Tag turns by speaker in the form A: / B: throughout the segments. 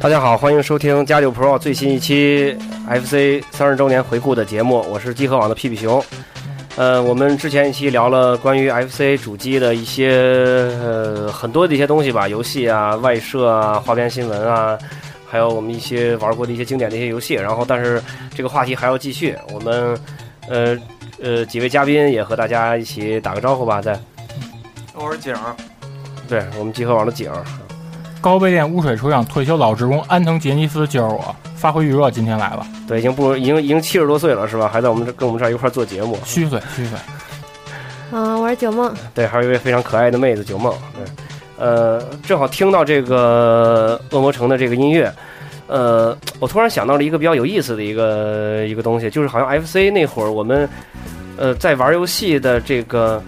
A: 大家好，欢迎收听加九 Pro 最新一期 FC 三十周年回顾的节目，我是集合网的屁屁熊。呃，我们之前一期聊了关于 FC 主机的一些呃很多的一些东西吧，游戏啊、外设啊、花边新闻啊，还有我们一些玩过的一些经典的一些游戏。然后，但是这个话题还要继续，我们呃呃几位嘉宾也和大家一起打个招呼吧，在
B: 我是景儿，
A: 对我们集合网的景儿。
C: 高碑店污水处长退休老职工安藤杰尼斯就是我，发挥余热今天来了，
A: 对，已经不已经已经七十多岁了是吧？还在我们这跟我们这儿一块儿做节目，
C: 虚岁虚岁。
D: 嗯，我是九梦，
A: 对，还有一位非常可爱的妹子九梦，对，呃，正好听到这个恶魔城的这个音乐，呃，我突然想到了一个比较有意思的一个一个东西，就是好像 FC 那会儿我们，呃，在玩游戏的这个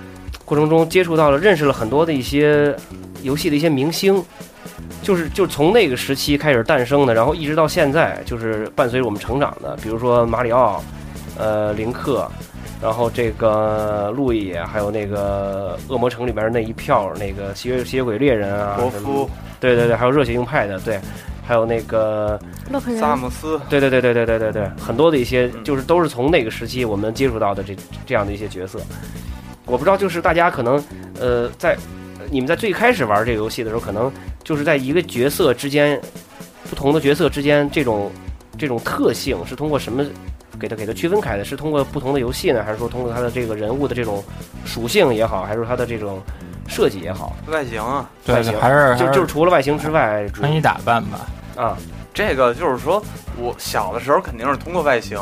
A: 过程中接触到了、认识了很多的一些游戏的一些明星。就是就是从那个时期开始诞生的，然后一直到现在，就是伴随着我们成长的，比如说马里奥，呃，林克，然后这个路易，还有那个《恶魔城》里边那一票，那个吸血吸血鬼猎人啊，
B: 伯
A: 什么
B: 夫、
A: 对对对，还有热血硬派的，对，还有那个，
D: 洛克
B: 萨
D: 人，
B: 姆斯，
A: 对对对对对对对对，很多的一些
B: 嗯
A: 就是都是从那个时期我们接触到的这这样的一些角色。我不知道，就是大家可能，呃，在你们在最开始玩这个游戏的时候，可能就是在一个角色之间，不同的角色之间这种这种特性是通过什么给它给它区分开的？是通过不同的游戏呢，还是说通过它的这个人物的这种属性也好，还是说它的这种设计也好？
B: 外形啊，
C: 对
A: 还行
C: 对，还是
A: 就
C: 还
A: 就是除了外形之外，主
C: 穿衣打扮吧。
A: 啊，
B: 这个就是说，我小的时候肯定是通过外形，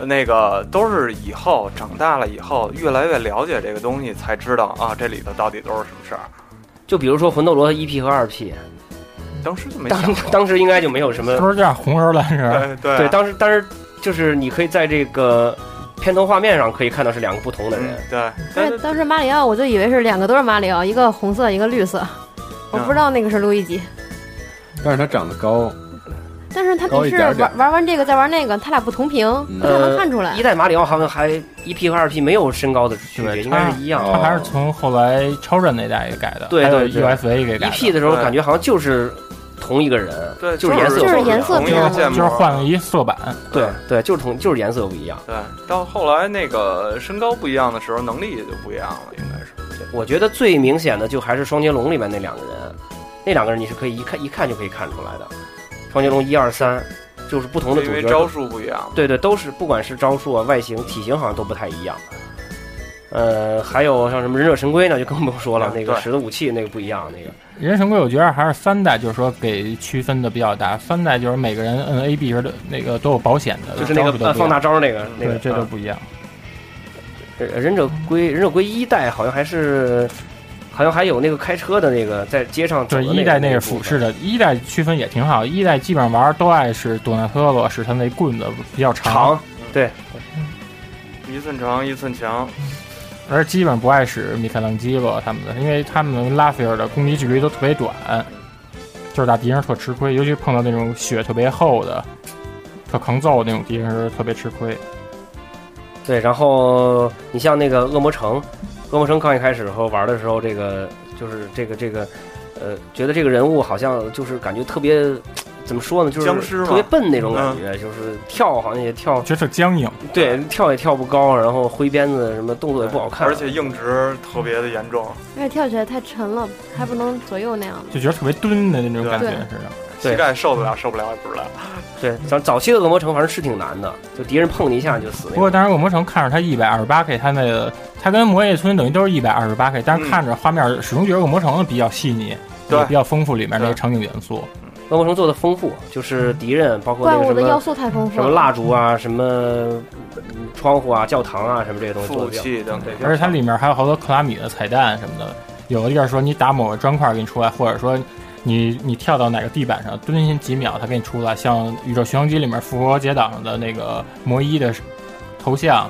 B: 那个都是以后长大了以后越来越了解这个东西，才知道啊，这里头到底都是什么事儿。
A: 就比如说魂斗罗一 P 和二 P，
B: 当时就没想
A: 当
B: 过，
A: 当时应该就没有什么
C: 是不是这样？红人蓝人，
B: 对对
A: 对，
B: 啊
A: 当时当时就是你可以在这个片头画面上可以看到是两个不同的人
B: 嗯，对，但
D: 对，
B: 是
D: 当时马里奥我就以为是两个都是马里奥，一个红色一个绿色，
A: 啊
D: 我不知道那个是路易吉，
E: 但是他长得高，
D: 但是他
E: 高
D: 不
E: 一
D: 是
E: 点儿
D: 玩
E: 点儿
D: 玩完这个再玩那个，他俩不同屏，
E: 嗯
D: 不太能看出来
A: 一。代马里奥好像还一 P 和二 P 没有身高的区别，
C: 对
A: 应该是一样
C: 他
E: 哦
A: 的。
C: 还是从后来超人那代给改的，
A: 对
C: 还有
A: 对对
C: UFA 给
A: 一
C: 改
A: P
C: 的，
A: 的时候
B: 对
A: 感觉好像就是同一个人，
B: 对
A: 就是颜色
D: 就是
A: 不一样
D: 颜色
B: 同
D: 不
B: 一
D: 一
B: 个
D: 样
B: 建模，
C: 就是换嗯了一色板。
A: 对对，就是同就是颜色不一样。
B: 对，到后来那个身高不一样的时候，能力也就不一样了，应该是。
A: 我觉得最明显的就还是双截龙里面那两个人，那两个人你是可以一看一看就可以看出来的。双截龙一二三就是不同的
B: 因
A: 主
B: 为
A: 角，
B: 招数不一样，
A: 对对，都是不管是招数啊、外形、体型，好像都不太一样。呃，还有像什么忍者神龟呢，就更不用说
C: 啊
A: 了，
B: 嗯
A: 那个
B: 对
A: 石头武器那个不一样，那个
C: 人神龟我觉得还是三代，就是说给区分的比较大。三代就是每个人摁 A B 是的那个都有保险的，
A: 就是那
C: 招数
A: 个
C: 都
A: 呃
C: 不一
A: 放
C: 样嗯
A: 大招那个那个
C: 对，这都
A: 啊呃
C: 不一样。
A: 忍忍者龟忍者龟一代好像还是好像还有那个开车的那个在街上走
C: 对，
A: 的
C: 一代那
A: 个
C: 是
A: 部
C: 俯
A: 分
C: 视的，一代哎区分也挺好。一代基本上玩儿都爱是多纳特罗，使他那棍子比较长，
A: 长，对
B: 一寸长一寸强，
C: 而基本不爱使米开朗基罗他们的，因为他们跟拉斐尔的攻击距离都特别短，就是打敌人特吃亏，尤其碰到那种血特别厚的、特抗揍的那种敌人是特别吃亏。
A: 对。然后你像那个恶魔城，恶魔城刚一开始的时候玩的时候，这个就是这个这个呃，觉得这个人物好像就是感觉特别。怎么说呢？就是
B: 僵尸嘛嗯
A: 特别笨那种感觉，就是跳好像也跳，
C: 觉得特僵硬，
A: 对，跳也跳不高，然后挥鞭子什么动作也不好看，
B: 而且硬直特别的严重。
D: 因为哎跳起来太沉了，还不能左右那样的。
C: 就觉得特别蹲的那种
B: 对
C: 感觉
D: 对
C: 似的。
A: 对
B: 膝盖受得了受不了也不知道。
A: 对，早早期的恶魔城反正是挺难的，就敌人碰你一下你就死那
C: 不
A: 种。
C: 过当时恶魔城看着它一百二十八 K，它那个它跟魔夜村等于都是一百二十八 K，但是
B: 嗯
C: 看着画面始终觉得恶魔城比较细腻，也
B: 对
C: 比较丰富里面那些
B: 对
C: 场景元素。
A: 恶魔城做的丰富，就是敌人包括
D: 怪
A: 那个
D: 物
A: 什
D: 的要
A: 么
D: 素太丰富
A: 什
D: 了，
A: 么蜡烛啊，什么嗯窗户啊、教堂啊，什么这些东西做
B: 服务
A: 的比较。
B: 器等这些，
C: 而且它里面还有好多克拉米的彩蛋什么的，有的地儿说你打某个砖块给你出来，或者说你你跳到哪个地板上蹲下几秒，它给你出来。像《宇宙巡洋机》里面复活节岛上的那个魔一的头像，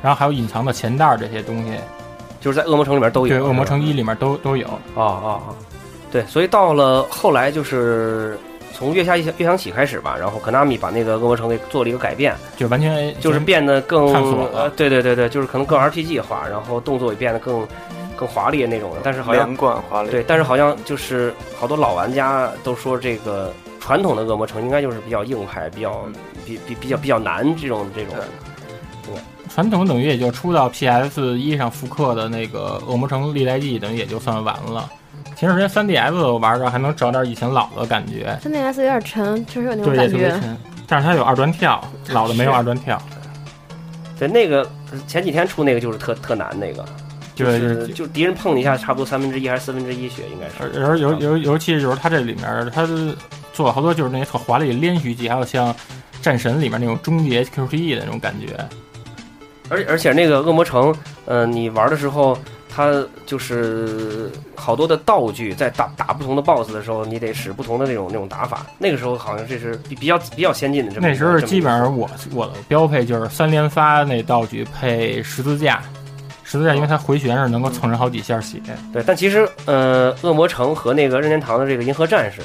C: 然后还有隐藏的钱袋儿这些东西，
A: 就是在恶魔城里面都有。
C: 对《恶魔
A: 是吧
C: 城一》里面都都有。
A: 啊啊啊！对，所以到了后来就是从月下一月想起开始吧，然后 Konami 把那个恶魔城给做了一个改变，
C: 就完全
A: 就是变得更
C: 探索啊嗯了
A: 呃，对对对对，就是可能更 RPG 化，然后动作也变得更更华丽的那种了。但是好像
B: 连贯华丽。
A: 对，但是好像就是好多老玩家都说这个传统的恶魔城应该就是比较硬派，比较
B: 嗯
A: 比比比较比较难这种这种。
C: 传统等于也就出到 PS 一上复刻的那个《恶魔城历代记》，等于也就算完了。前段时间 3DS 我玩着，还能找点以前老的感觉，
D: 真的 S 有点沉，就是有那种
C: 对，也
D: 感
C: 特别
D: 觉。
C: 沉。但是它有二段跳，老的没有二段跳，
A: 对，那个前几天出那个就是特特难那个，就
C: 对，就是
A: 是就敌人碰你一下，差不多三分之一还是四分之一血应该是。
C: 而而尤尤尤其是就是它这里面，它是做了好多就是那些特华丽的连续技，还有像战神里面那种终结 QTE 的那种感觉，
A: 而而且那个恶魔城，呃，你玩的时候，它就是好多的道具，在打打不同的 BOSS 的时候，你得使不同的那种那种打法。那个时候好像这是比比较比较先进的这么一
C: 那
A: 个
C: 时候
A: 这么
C: 基
A: 一个
C: 本上我我的标配就是三连发那道具配十字架，十字架因为它回旋是能够蹭人好几下血，
A: 对，但其实呃，恶魔城和那个任天堂的这个银河战士，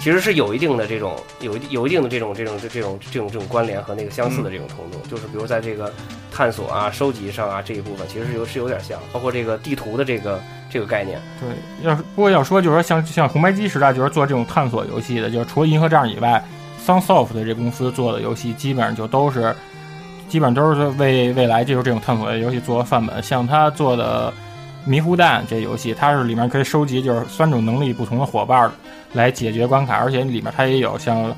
A: 其实是有一定的这种有一有一定的这种这种这这种这种这种关联和那个相似的这种程度，就是比如在这个探索啊、收集上啊这一部分，其实是有是有点像，包括这个地图的这个这个概念。
C: 对，要是不过要说就是说像像红白机时代就是做这种探索游戏的，就是除了银河战士以外，Sunsoft 这公司做的游戏基本上就都是，基本上都是为未来就是这种探索类游戏做范本。像他做的《迷糊蛋》这游戏，它是里面可以收集就是三种能力不同的伙伴来解决关卡，而且里面它也有像。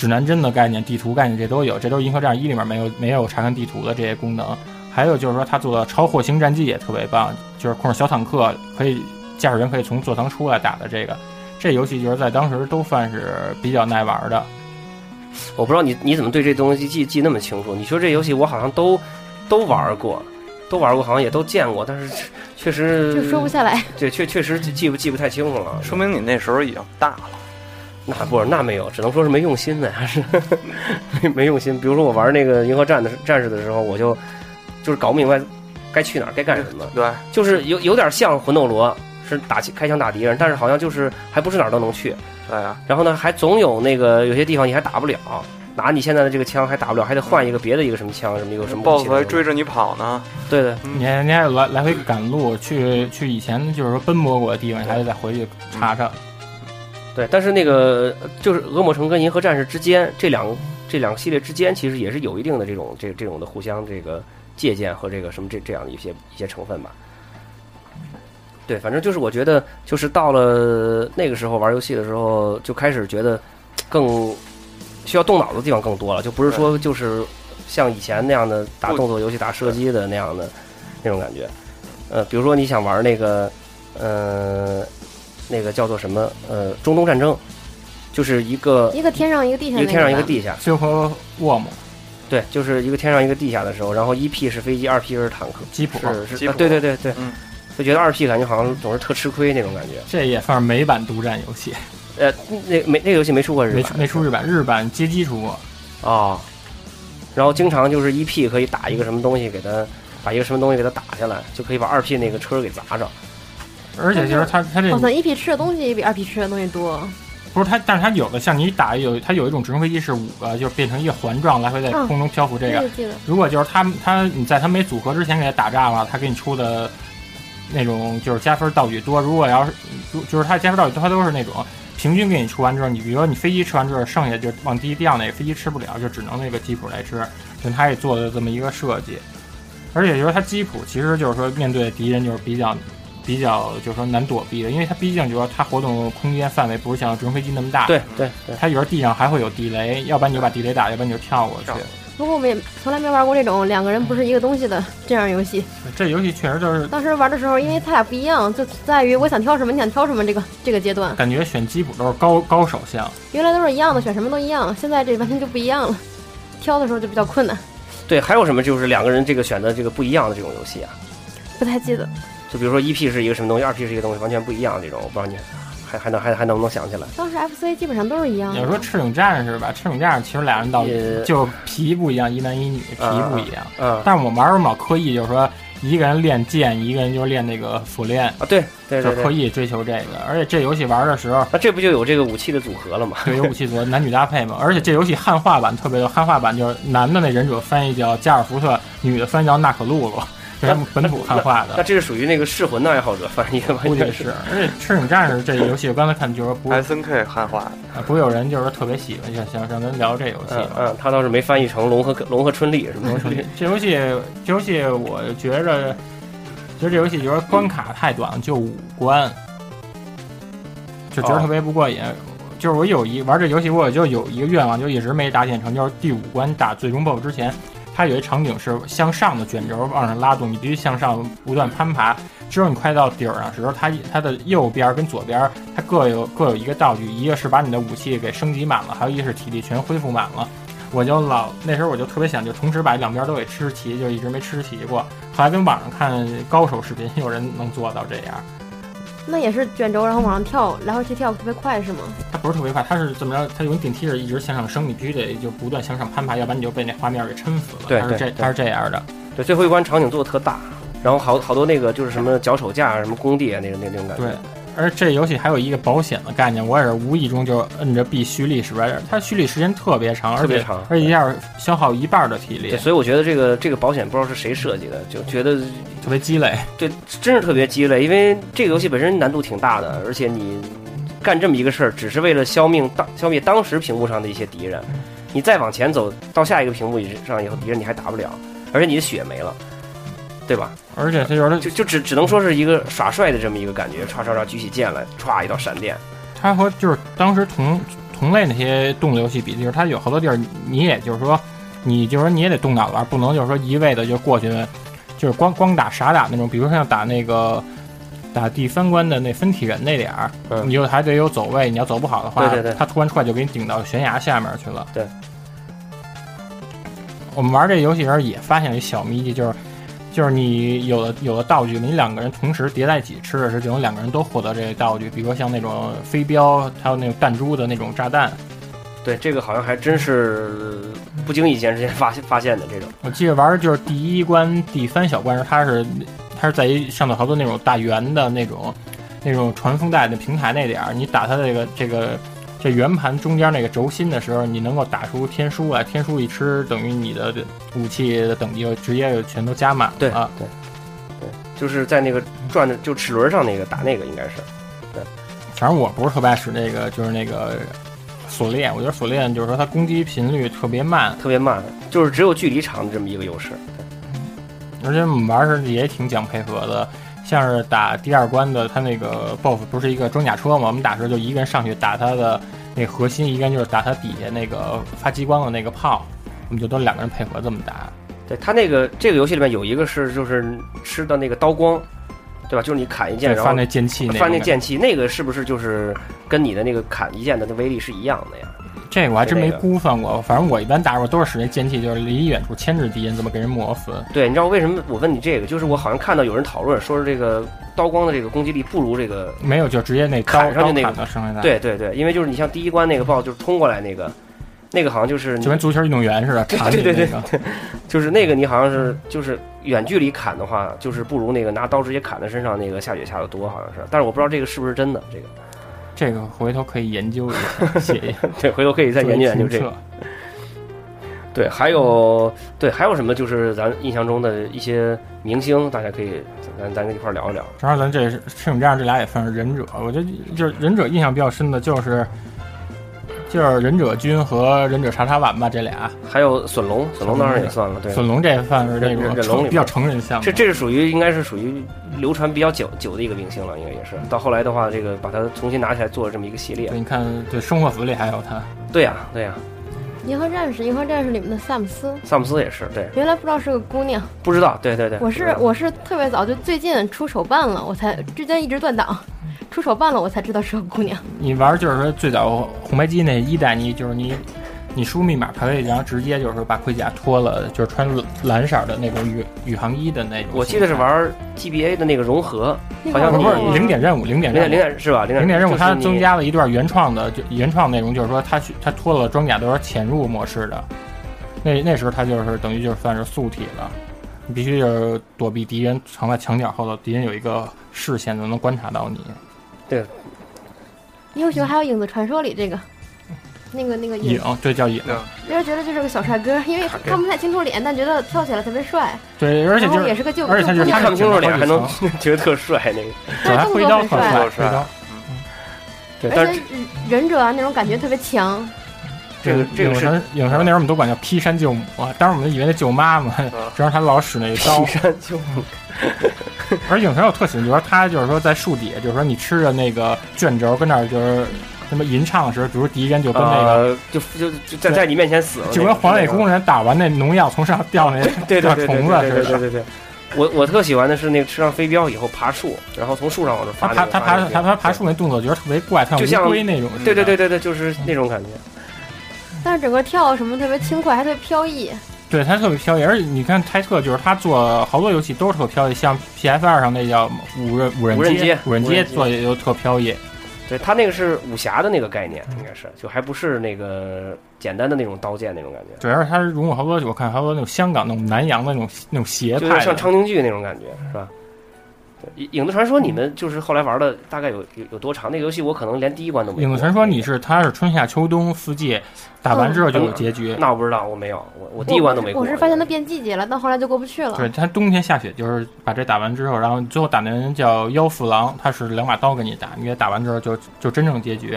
C: 指南针的概念、地图概念，这都有，这都是《银河战士一》里面没有没有查看地图的这些功能。还有就是说，他做的《超火星战记》也特别棒，就是控制小坦克，可以驾驶员可以从座舱出来打的这个，这游戏就是在当时都算是比较耐玩的。
A: 我不知道你你怎么对这东西记记那么清楚？你说这游戏我好像都都玩过，都玩过，好像也都见过，但是确实
D: 就说不下来，
A: 对，确确实记记不记不太清楚了。
B: 说明你那时候已经大了。
A: 那不是那没有，只能说是没用心呗，还是 没没用心。比如说我玩那个银河战的战士的时候，我就就是搞不明白该去哪儿，该干什么，
B: 对，
A: 就是有有点像魂斗罗，是打开枪打敌人，但是好像就是还不是哪儿都能去。
B: 对啊，
A: 然后呢，还总有那个有些地方你还打不了，拿你现在的这个枪还打不了，还得换一个别的一个什么枪，什么一个什么武器
B: BOSS 还追着你跑呢。
A: 对对，
C: 你还你还有来来回赶路，去去以前就是说奔波过的地方，你还得再回去查查。
A: 对，但是那个呃就是恶魔城跟银河战士之间这两这两个系列之间，其实也是有一定的这种这这种的互相这个借鉴和这个什么这这样的一些一些成分吧。对，反正就是我觉得，就是到了那个时候玩游戏的时候，就开始觉得更需要动脑的地方更多了，就不是说就是像以前那样的打
B: 不
A: 动作游戏、打射击的那样的那种感觉。呃，比如说你想玩那个，呃，那个叫做什么，呃，中东战争，就是一个
D: 一个天上一个地下，
A: 一个天上一个，地下，
C: 最后 Warm
A: 对，就是一个天上一个地下的时候，然后一 P 是飞机，二 P 是坦克，
C: 吉普，
A: 是
B: 吉
A: 是，啊
B: 普
A: 对对对对
B: 嗯，
A: 就觉得二 P 感觉好像总是特吃亏那种感觉。
C: 这也算是美版独占游戏，
A: 呃，那没那个游戏没出过日
C: 没
A: 版
C: 没出日版，日版街机出过。
A: 啊，然后经常就是一 P 可以打一个什么东西，给它把一个什么东西给它打下来，就可以把二 P 那个车给砸着。
C: 而且就是它它这
D: 好像一 P 吃的东西也比二 P 吃的东西多。
C: 不是它，但是它有的像你打有它有一种直升飞机是五个，就是变成一个环状来回在
D: 嗯
C: 空中漂浮这个
D: 那，个记得，
C: 如果就是他他你在他没组合之前给他打炸了，他给你出的那种就是加分道具多。如果要是如就是他加分道具多，他都是那种平均给你出完之后，你比如说你飞机吃完之后，剩下就往低掉那个飞机吃不了，就只能那个吉普来吃。就他也做的这么一个设计，而且就是他吉普其实就是说面对的敌人就是比较。比较就是说难躲避的，因为它毕竟就是说它活动空间范围不是像直升飞机那么大，
A: 对对对，
C: 它有时候地上还会有地雷，要不然你就把地雷打，要不然你就跳过去
B: 跳。
D: 不过我们也从来没玩过这种两个人不是一个东西的这样游戏。
C: 这游戏确实就是
D: 当时玩的时候，因为他俩不一样，就在于我想挑什么，你想挑什么这个这个阶段。
C: 感觉选基础都是高高手项，
D: 原来都是一样的，选什么都一样，现在这完全就不一样了，挑的时候就比较困难，
A: 对，还有什么就是两个人这个选择这个不一样的这种游戏啊？
D: 不太记得。
A: 就比如说一 P 是一个什么东西，二 P 是一个东西，完全不一样的这种，我不知道你还还能还还能不能想起来？
D: 当时 FC 基本上都是一样
C: 你
D: 的。
C: 要说赤冢战士吧，赤冢战士其实俩人到
A: 也
C: 就皮不一样，一男一女皮
A: 啊
C: 不一样。
A: 嗯
C: 但是我们玩儿嘛，刻意就是说一个人练剑，一个人就练那个锁链，
A: 啊，对对
C: 就
A: 对
C: 是刻
A: 对，
C: 意追求这个。而且这游戏玩儿的时候，
A: 那这不就有这个武器的组合了吗？
C: 对有武器组合男女搭配 嘛。而且这游戏汉化版特别多，汉化版就是男的那忍者翻译叫加尔福特，女的翻译叫纳可 露露，这是他们本土汉化
A: 那
C: 的。
A: 这是属于那个噬魂的爱好者，反正也完
C: 估计
A: 全
C: 是，而且《赤影战士》这游戏，我刚才看就是说不
B: ，S N K 汉化的
C: 啊不会有人就是说特别喜欢，就想让咱聊这游戏
A: 嗯
C: 嘛。
A: 嗯，他倒是没翻译成龙和龙和春丽什么的。
C: 这游戏，这游戏我觉着，其实这游戏觉得关卡太短了，就五关，就觉得
A: 哦
C: 特别不过瘾。就是我有一玩这游戏，我就有一个愿望，就一直没达现成，就是第五关打最终 BOSS 之前，它有一场景是向上的卷轴往上拉动，你必须向上不断攀爬。之后你快到顶儿上的时候，它它的右边跟左边它各有各有一个道具，一个是把你的武器给升级满了，还有一个是体力全恢复满了。我就老那时候我就特别想，就同时把两边都给吃齐，就一直没吃齐过。后来跟网上看高手视频，有人能做到这样。
D: 那也是卷轴，然后往上跳，来回去跳，特别快是吗？
C: 它不是特别快，它是怎么着？它有一顶梯是一直向上升，你必须得就不断向上攀爬，要不然你就被那画面给撑死了。
A: 对
C: 它是
A: 对
C: 这它是这样的。
A: 对，最后一关场景做的特大，然后好好多那个就是什么脚手架啊、什么工地啊那种那那种感觉。
C: 对，而这游戏还有一个保险的概念，我也是无意中就摁着 B 蓄力，是不是？它蓄力时间特别长，而且
A: 特别长
C: 而且一下消耗一半的体力
A: 对，，所以我觉得这个这个保险不知道是谁设计的，就觉得
C: 特别鸡肋。
A: 对，真是特别鸡肋，因为这个游戏本身难度挺大的，而且你干这么一个事儿，只是为了消灭当消灭当时屏幕上的一些敌人，你再往前走到下一个屏幕以上以后，敌人你还打不了，而且你的血没了。对吧？
C: 而且它就是
A: 就就只只能说是一个耍帅的这么一个感觉，唰唰唰举起剑来，歘一道闪电，
C: 它和就是当时同同类那些动作游戏比，就是它有好多地儿你，你也就是说，你就是说你也得动脑子玩，不能就是说一味的就过去，就是光光打傻打那种。比如说像打那个打第三关的那分体人那点儿，
A: 嗯
C: 你就还得有走位，你要走不好的话，
A: 对对对
C: 他突然出来就给你顶到悬崖下面去了。
A: 对。
C: 我们玩这游戏时候也发现了一小秘技，就是就是你有的有的道具，你两个人同时叠在一起吃的时候，就能两个人都获得这个道具，比如说像那种飞镖，还有那种弹珠的那种炸弹。
A: 对，这个好像还真是不经意间之间发现发现的这种。
C: 我记得玩儿就是第一关、第三小关时候，它是它是在一上头好多那种大圆的那种那种传送带的平台那点儿，你打它这个这个这圆盘中间那个轴心的时候，你能够打出天书来，天书一吃，等于你的武器的等级就直接就全都加满
A: 对
C: 了。啊
A: 对对，就是在那个转的就齿轮上那个打那个应该是，
C: 反正我不是特别爱使那个，就是那个锁链，我觉得锁链就是说它攻击频率特别慢，
A: 特别慢，就是只有距离长的这么一个优势。
C: 而且我们玩儿是也挺讲配合的，像是打第二关的，他那个 BOSS 不是一个装甲车嘛，我们打的时候就一个人上去打他的那个核心，一个人就是打他底下那个发激光的那个炮，我们就都两个人配合这么打。
A: 对他那个这个游戏里面有一个是就是吃的那个刀光，对吧？就是你砍一剑，
C: 对，
A: 然
C: 发
A: 后
C: 那剑气那种
A: 翻那
C: 感觉，
A: 剑气，那个是不是就是跟你的那个砍一剑的那威力是一样的呀？
C: 这个我还真没
A: 那个
C: 估算过。反正我一般打的时候都是使那剑气，就是离远处牵制敌人，怎么给人磨死。
A: 对，你知道为什么我问你这个？就是我好像看到有人讨论说是这个刀光的这个攻击力不如这个。
C: 没有就直接那刀
A: 砍上去
C: 刀
A: 那个
C: 砍到伤害大，，
A: 对对对，因为就是你像第一关那个 BOSS 就是冲过来那个，那个好像就是你
C: 就跟足球运动员似的，
A: 对
C: 缠你
A: 对对
C: 那个。
A: 就是那个你好像是就是远距离砍的话，就是不如那个拿刀直接砍在身上那个下血下的多，好像是。但是我不知道这个是不是真的，这个
C: 这个回头可以研究一下，写一下，
A: 对，回头可以再研究研究这个。
C: 个。
A: 对，还有对，还有什么就是咱印象中的一些明星，大家可以咱咱跟一块儿聊一聊。
C: 正好咱这是赤影战士这俩也算是忍者，我觉得就是忍者印象比较深的就是就是忍者君和忍者查查丸吧，这俩
A: 还有笋龙，笋龙当然也算了，对。
C: 隼龙这算是那
A: 忍
C: 种
A: 忍龙里
C: 成
A: 边
C: 比较成人项目。
A: 这这是属于应该是属于流传比较久久的一个明星了，应该也是。到后来的话，这个把它重新拿起来做这么一个系列
C: 对。你看，对生活死里还有他，
A: 对呀、对呀、
D: 银河战士》《银河战士》里面的萨姆斯，
A: 萨姆斯也是，对，
D: 原来不知道是个姑娘。
A: 不知道，对对对，
D: 我是我是特别早，就最近出手办了，我才之前一直断档，出手办了我才知道是个姑娘。
C: 你玩儿就是说最早红白机那一代，你就是你你输密码排位，然后直接就是把盔甲脱了，就是穿蓝色的那种宇宇航衣的那种。
A: 我记得是玩 GBA 的那个融合，
D: 那
A: 好
D: 会儿
A: 像
C: 不
D: 我
C: 是
D: 忘了
C: 零点任务，零点
A: 零
C: 任
A: 点
C: 务，
A: 零点是吧？零点
C: 零点任务
A: 就是
C: 它
A: 你
C: 增加了一段原创的，就原创内容，就是说它去它脱了装甲都是潜入模式的，那那时候它就是等于就是算是素体了，你必须就是躲避敌人，藏在墙角后头，敌人有一个视线就能观察到你。
D: 英雄还有《影子传说》里这个，那个那个
C: 影
D: 影，
C: 对叫影，
D: 那时候觉得就是个小帅哥，因为看不太清楚脸，但觉得跳起来特别帅，
C: 对，而且
D: 然
C: 就
D: 后也
C: 是
D: 是个救
C: 而
D: 救
C: 且它
D: 姑
C: 就
A: 看不清楚
D: 娘，
C: 是
A: 脸还能
C: 好
A: 觉得特帅那个，
C: 手还挥刀特
D: 动作
C: 帅，
B: 很
C: 挥
B: 帅
C: 刀。
A: 对，但
D: 而
A: 是
D: 且忍者啊那种感觉特别强。
A: 这个这个
C: 影
A: 是
C: 什影什么那时候我们都管叫劈山救母，啊当时我们以为那舅妈嘛，
A: 嗯
C: 只要他老使那刀
A: 劈。 山救母，
C: 而影城有特喜欢，就是他就是说在树底下，就是说你吃着那个卷轴，跟那儿就是什么吟唱的时候，比如敌人就跟那个、
A: 呃，就就就在在你面前呃死了那个，
C: 就跟黄磊工人打完那农药从上 掉那
A: 对对
C: 大
A: 对对对
C: 虫子啊
A: 对对
C: 似
A: 对对
C: 的。
A: 对。我我特喜欢的是那个吃上飞镖以后爬树，然后从树上往这
C: 他
A: 发那
C: 爬
A: 个。
C: 他
A: 发那
C: 爬
A: 个
C: 他他爬树那动作觉得特别怪，像
A: 就像
C: 乌龟那种。
A: 对对对对对，就是那种感觉。
D: 但是整个跳什么特别轻快，还特别飘逸。
C: 对他特别飘逸，而且你看泰特就是他做好多游戏都是特飘逸，像 PS 二上那叫五人五人
A: 无人
C: 街
A: 街
C: 五人
A: 无
C: 街
A: 人街
C: 做的也都特飘逸。
A: 对他那个是武侠的那个概念，应该是就还不是那个简单的那种刀剑那种感觉，
C: 主要是他融入好多，我看好多那种香港那种南洋的那种那种邪
A: 就有点
C: 派
A: 像
C: 的。
A: 苍蝇剧那种感觉，是吧？对影影子传说，你们就是后来玩的大概有有有多长？那个游戏我可能连第一关都没过。
C: 影子传说你是他是春夏秋冬四季打完之后就有结局。
A: 那我不知道，我没有，我我第一关都没过。
D: 我是发现它变季节了，但后来就过不去了
C: 对。他冬天下雪，就是把这打完之后，然后最后打的人叫妖父郎，他是两把刀给你打，你给他打完之后就就真正结局。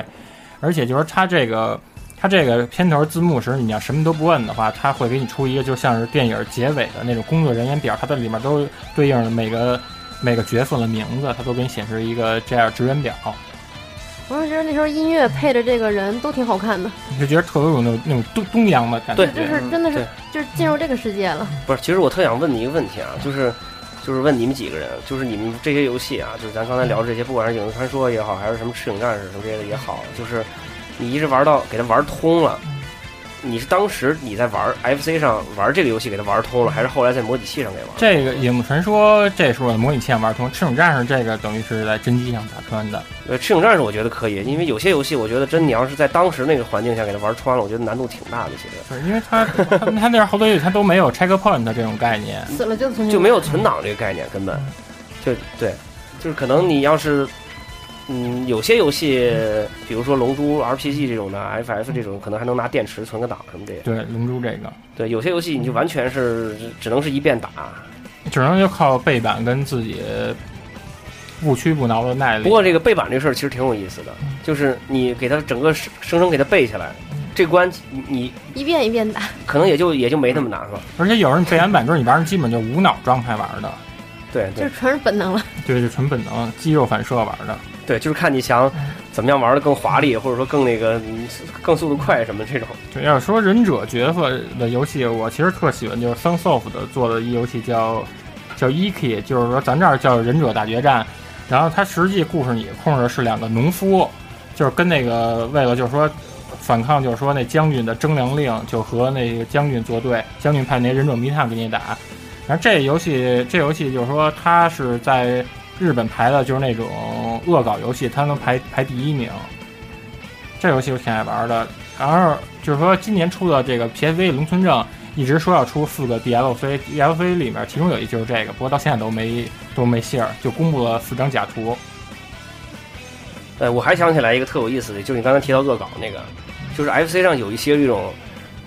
C: 而且就是他这个他这个片头字幕时，你要什么都不问的话，他会给你出一个就像是电影结尾的那种工作人员表，它在里面都对应着每个每个角色的名字，它都给你显示一个这样职员表，
D: 我是觉得那时候音乐配着这个人都挺好看的，
C: 你就觉得特别有那种那种东东洋的感觉。
A: 对
D: 就是真的是
A: 对
D: 就是进入这个世界了。
A: 不是，其实我特想问你一个问题啊，就是就是问你们几个人，就是你们这些游戏啊，就是咱刚才聊这些，不管是《影子传说》也好，还是什么《赤影战士》什么之类的也好，就是你一直玩到给它玩通了，你是当时你在玩 FC 上玩这个游戏给它玩通了，还是后来在模拟器上给玩？
C: 这个《影幕传说》这是我的模拟器上玩通，《赤弩战士》这个等于是在真机上打穿的。
A: 呃，《赤影战士》我觉得可以，因为有些游戏我觉得真你要是在当时那个环境下给它玩穿了，我觉得难度挺大的，其实
C: 对，因为它 它它那儿好多游戏它都没有 checkpoint 这种概念，
D: 死了就重新
A: 嗯就没有存档这个概念，根本就对，就是可能你要是。嗯，有些游戏，比如说《龙珠》RPG 这种的，FF 这种，可能还能拿电池存个档什么的。
C: 对龙珠这个，
A: 对，有些游戏你就完全是只能是一遍打，
C: 只能就靠背板跟自己不屈不挠的耐力。
A: 不过这个背板这事儿其实挺有意思的，就是你给它整个生生生给它背下来，这关你你
D: 一遍一遍打。
A: 可能也就也就没那么难了。
C: 而且有人背完板之后，你玩儿基本就无脑状态玩儿的，
A: 对
D: 就
A: 对
D: 是纯是本能了。
C: 对，就纯本能肌肉反射玩儿的。
A: 对，就是看你想怎么样玩的更华丽，或者说更那个嗯更速度快什么这种。
C: 对，要说忍者角色的游戏，我其实特喜欢，就是 Sunsoft 的做的一游戏叫叫 Eki，就是说咱这儿叫忍者大决战，然后它实际故事你控制的是两个农夫，就是跟那个为了就是说反抗，就是说那将军的征粮令，就和那个将军作对，将军派那忍者迷探给你打。然后这游戏这游戏就是说它是在日本排的，就是那种恶搞游戏，它能排排第一名。这游戏我挺爱玩的，然后就是说今年出的这个 PSV《龙村证》，一直说要出四个 DLC，DLC 里面其中有一就是这个，不过到现在都没都没信儿，就公布了四张假图。
A: 呃，我还想起来一个特有意思的，就是你刚才提到恶搞那个，就是 FC 上有一些这种，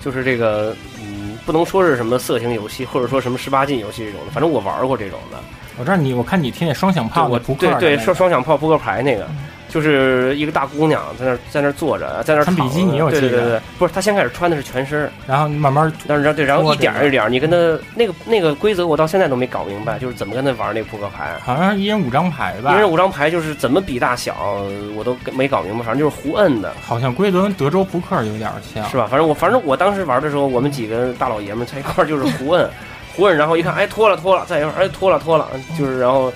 A: 就是这个嗯，不能说是什么色情游戏，或者说什么十八禁游戏这种的，反正我玩过这种的。
C: 我知道你，我看你贴那双响炮
A: 我
C: 的扑克
A: 对
C: 的那个，嗯
A: 对双双响炮扑克牌那个，就是一个大姑娘在那儿在那儿坐着，在那儿
C: 穿比
A: 躺着
C: 基尼我
A: 对
C: 记
A: 对对
C: 得
A: 对，不是，她先开始穿的是全身，
C: 然后你慢慢
A: 但是对，然后
C: 拖
A: 一
C: 着
A: 点儿
C: 呢
A: 一点儿，你跟他那个那个规则，我到现在都没搞明白，就是怎么跟他玩那个扑克牌。
C: 好像一人五张牌
A: 一
C: 吧，
A: 人五张牌就是怎么比大小，我都跟没搞明白，反正就是胡摁的，
C: 好像规则跟德州扑克有点像，
A: 是吧？反正我反正我当时玩的时候，我们几个大老爷们儿在一块儿就是胡摁，胡摁，然后一看，哎脱了脱了，再一会儿哎脱了脱了，就是然后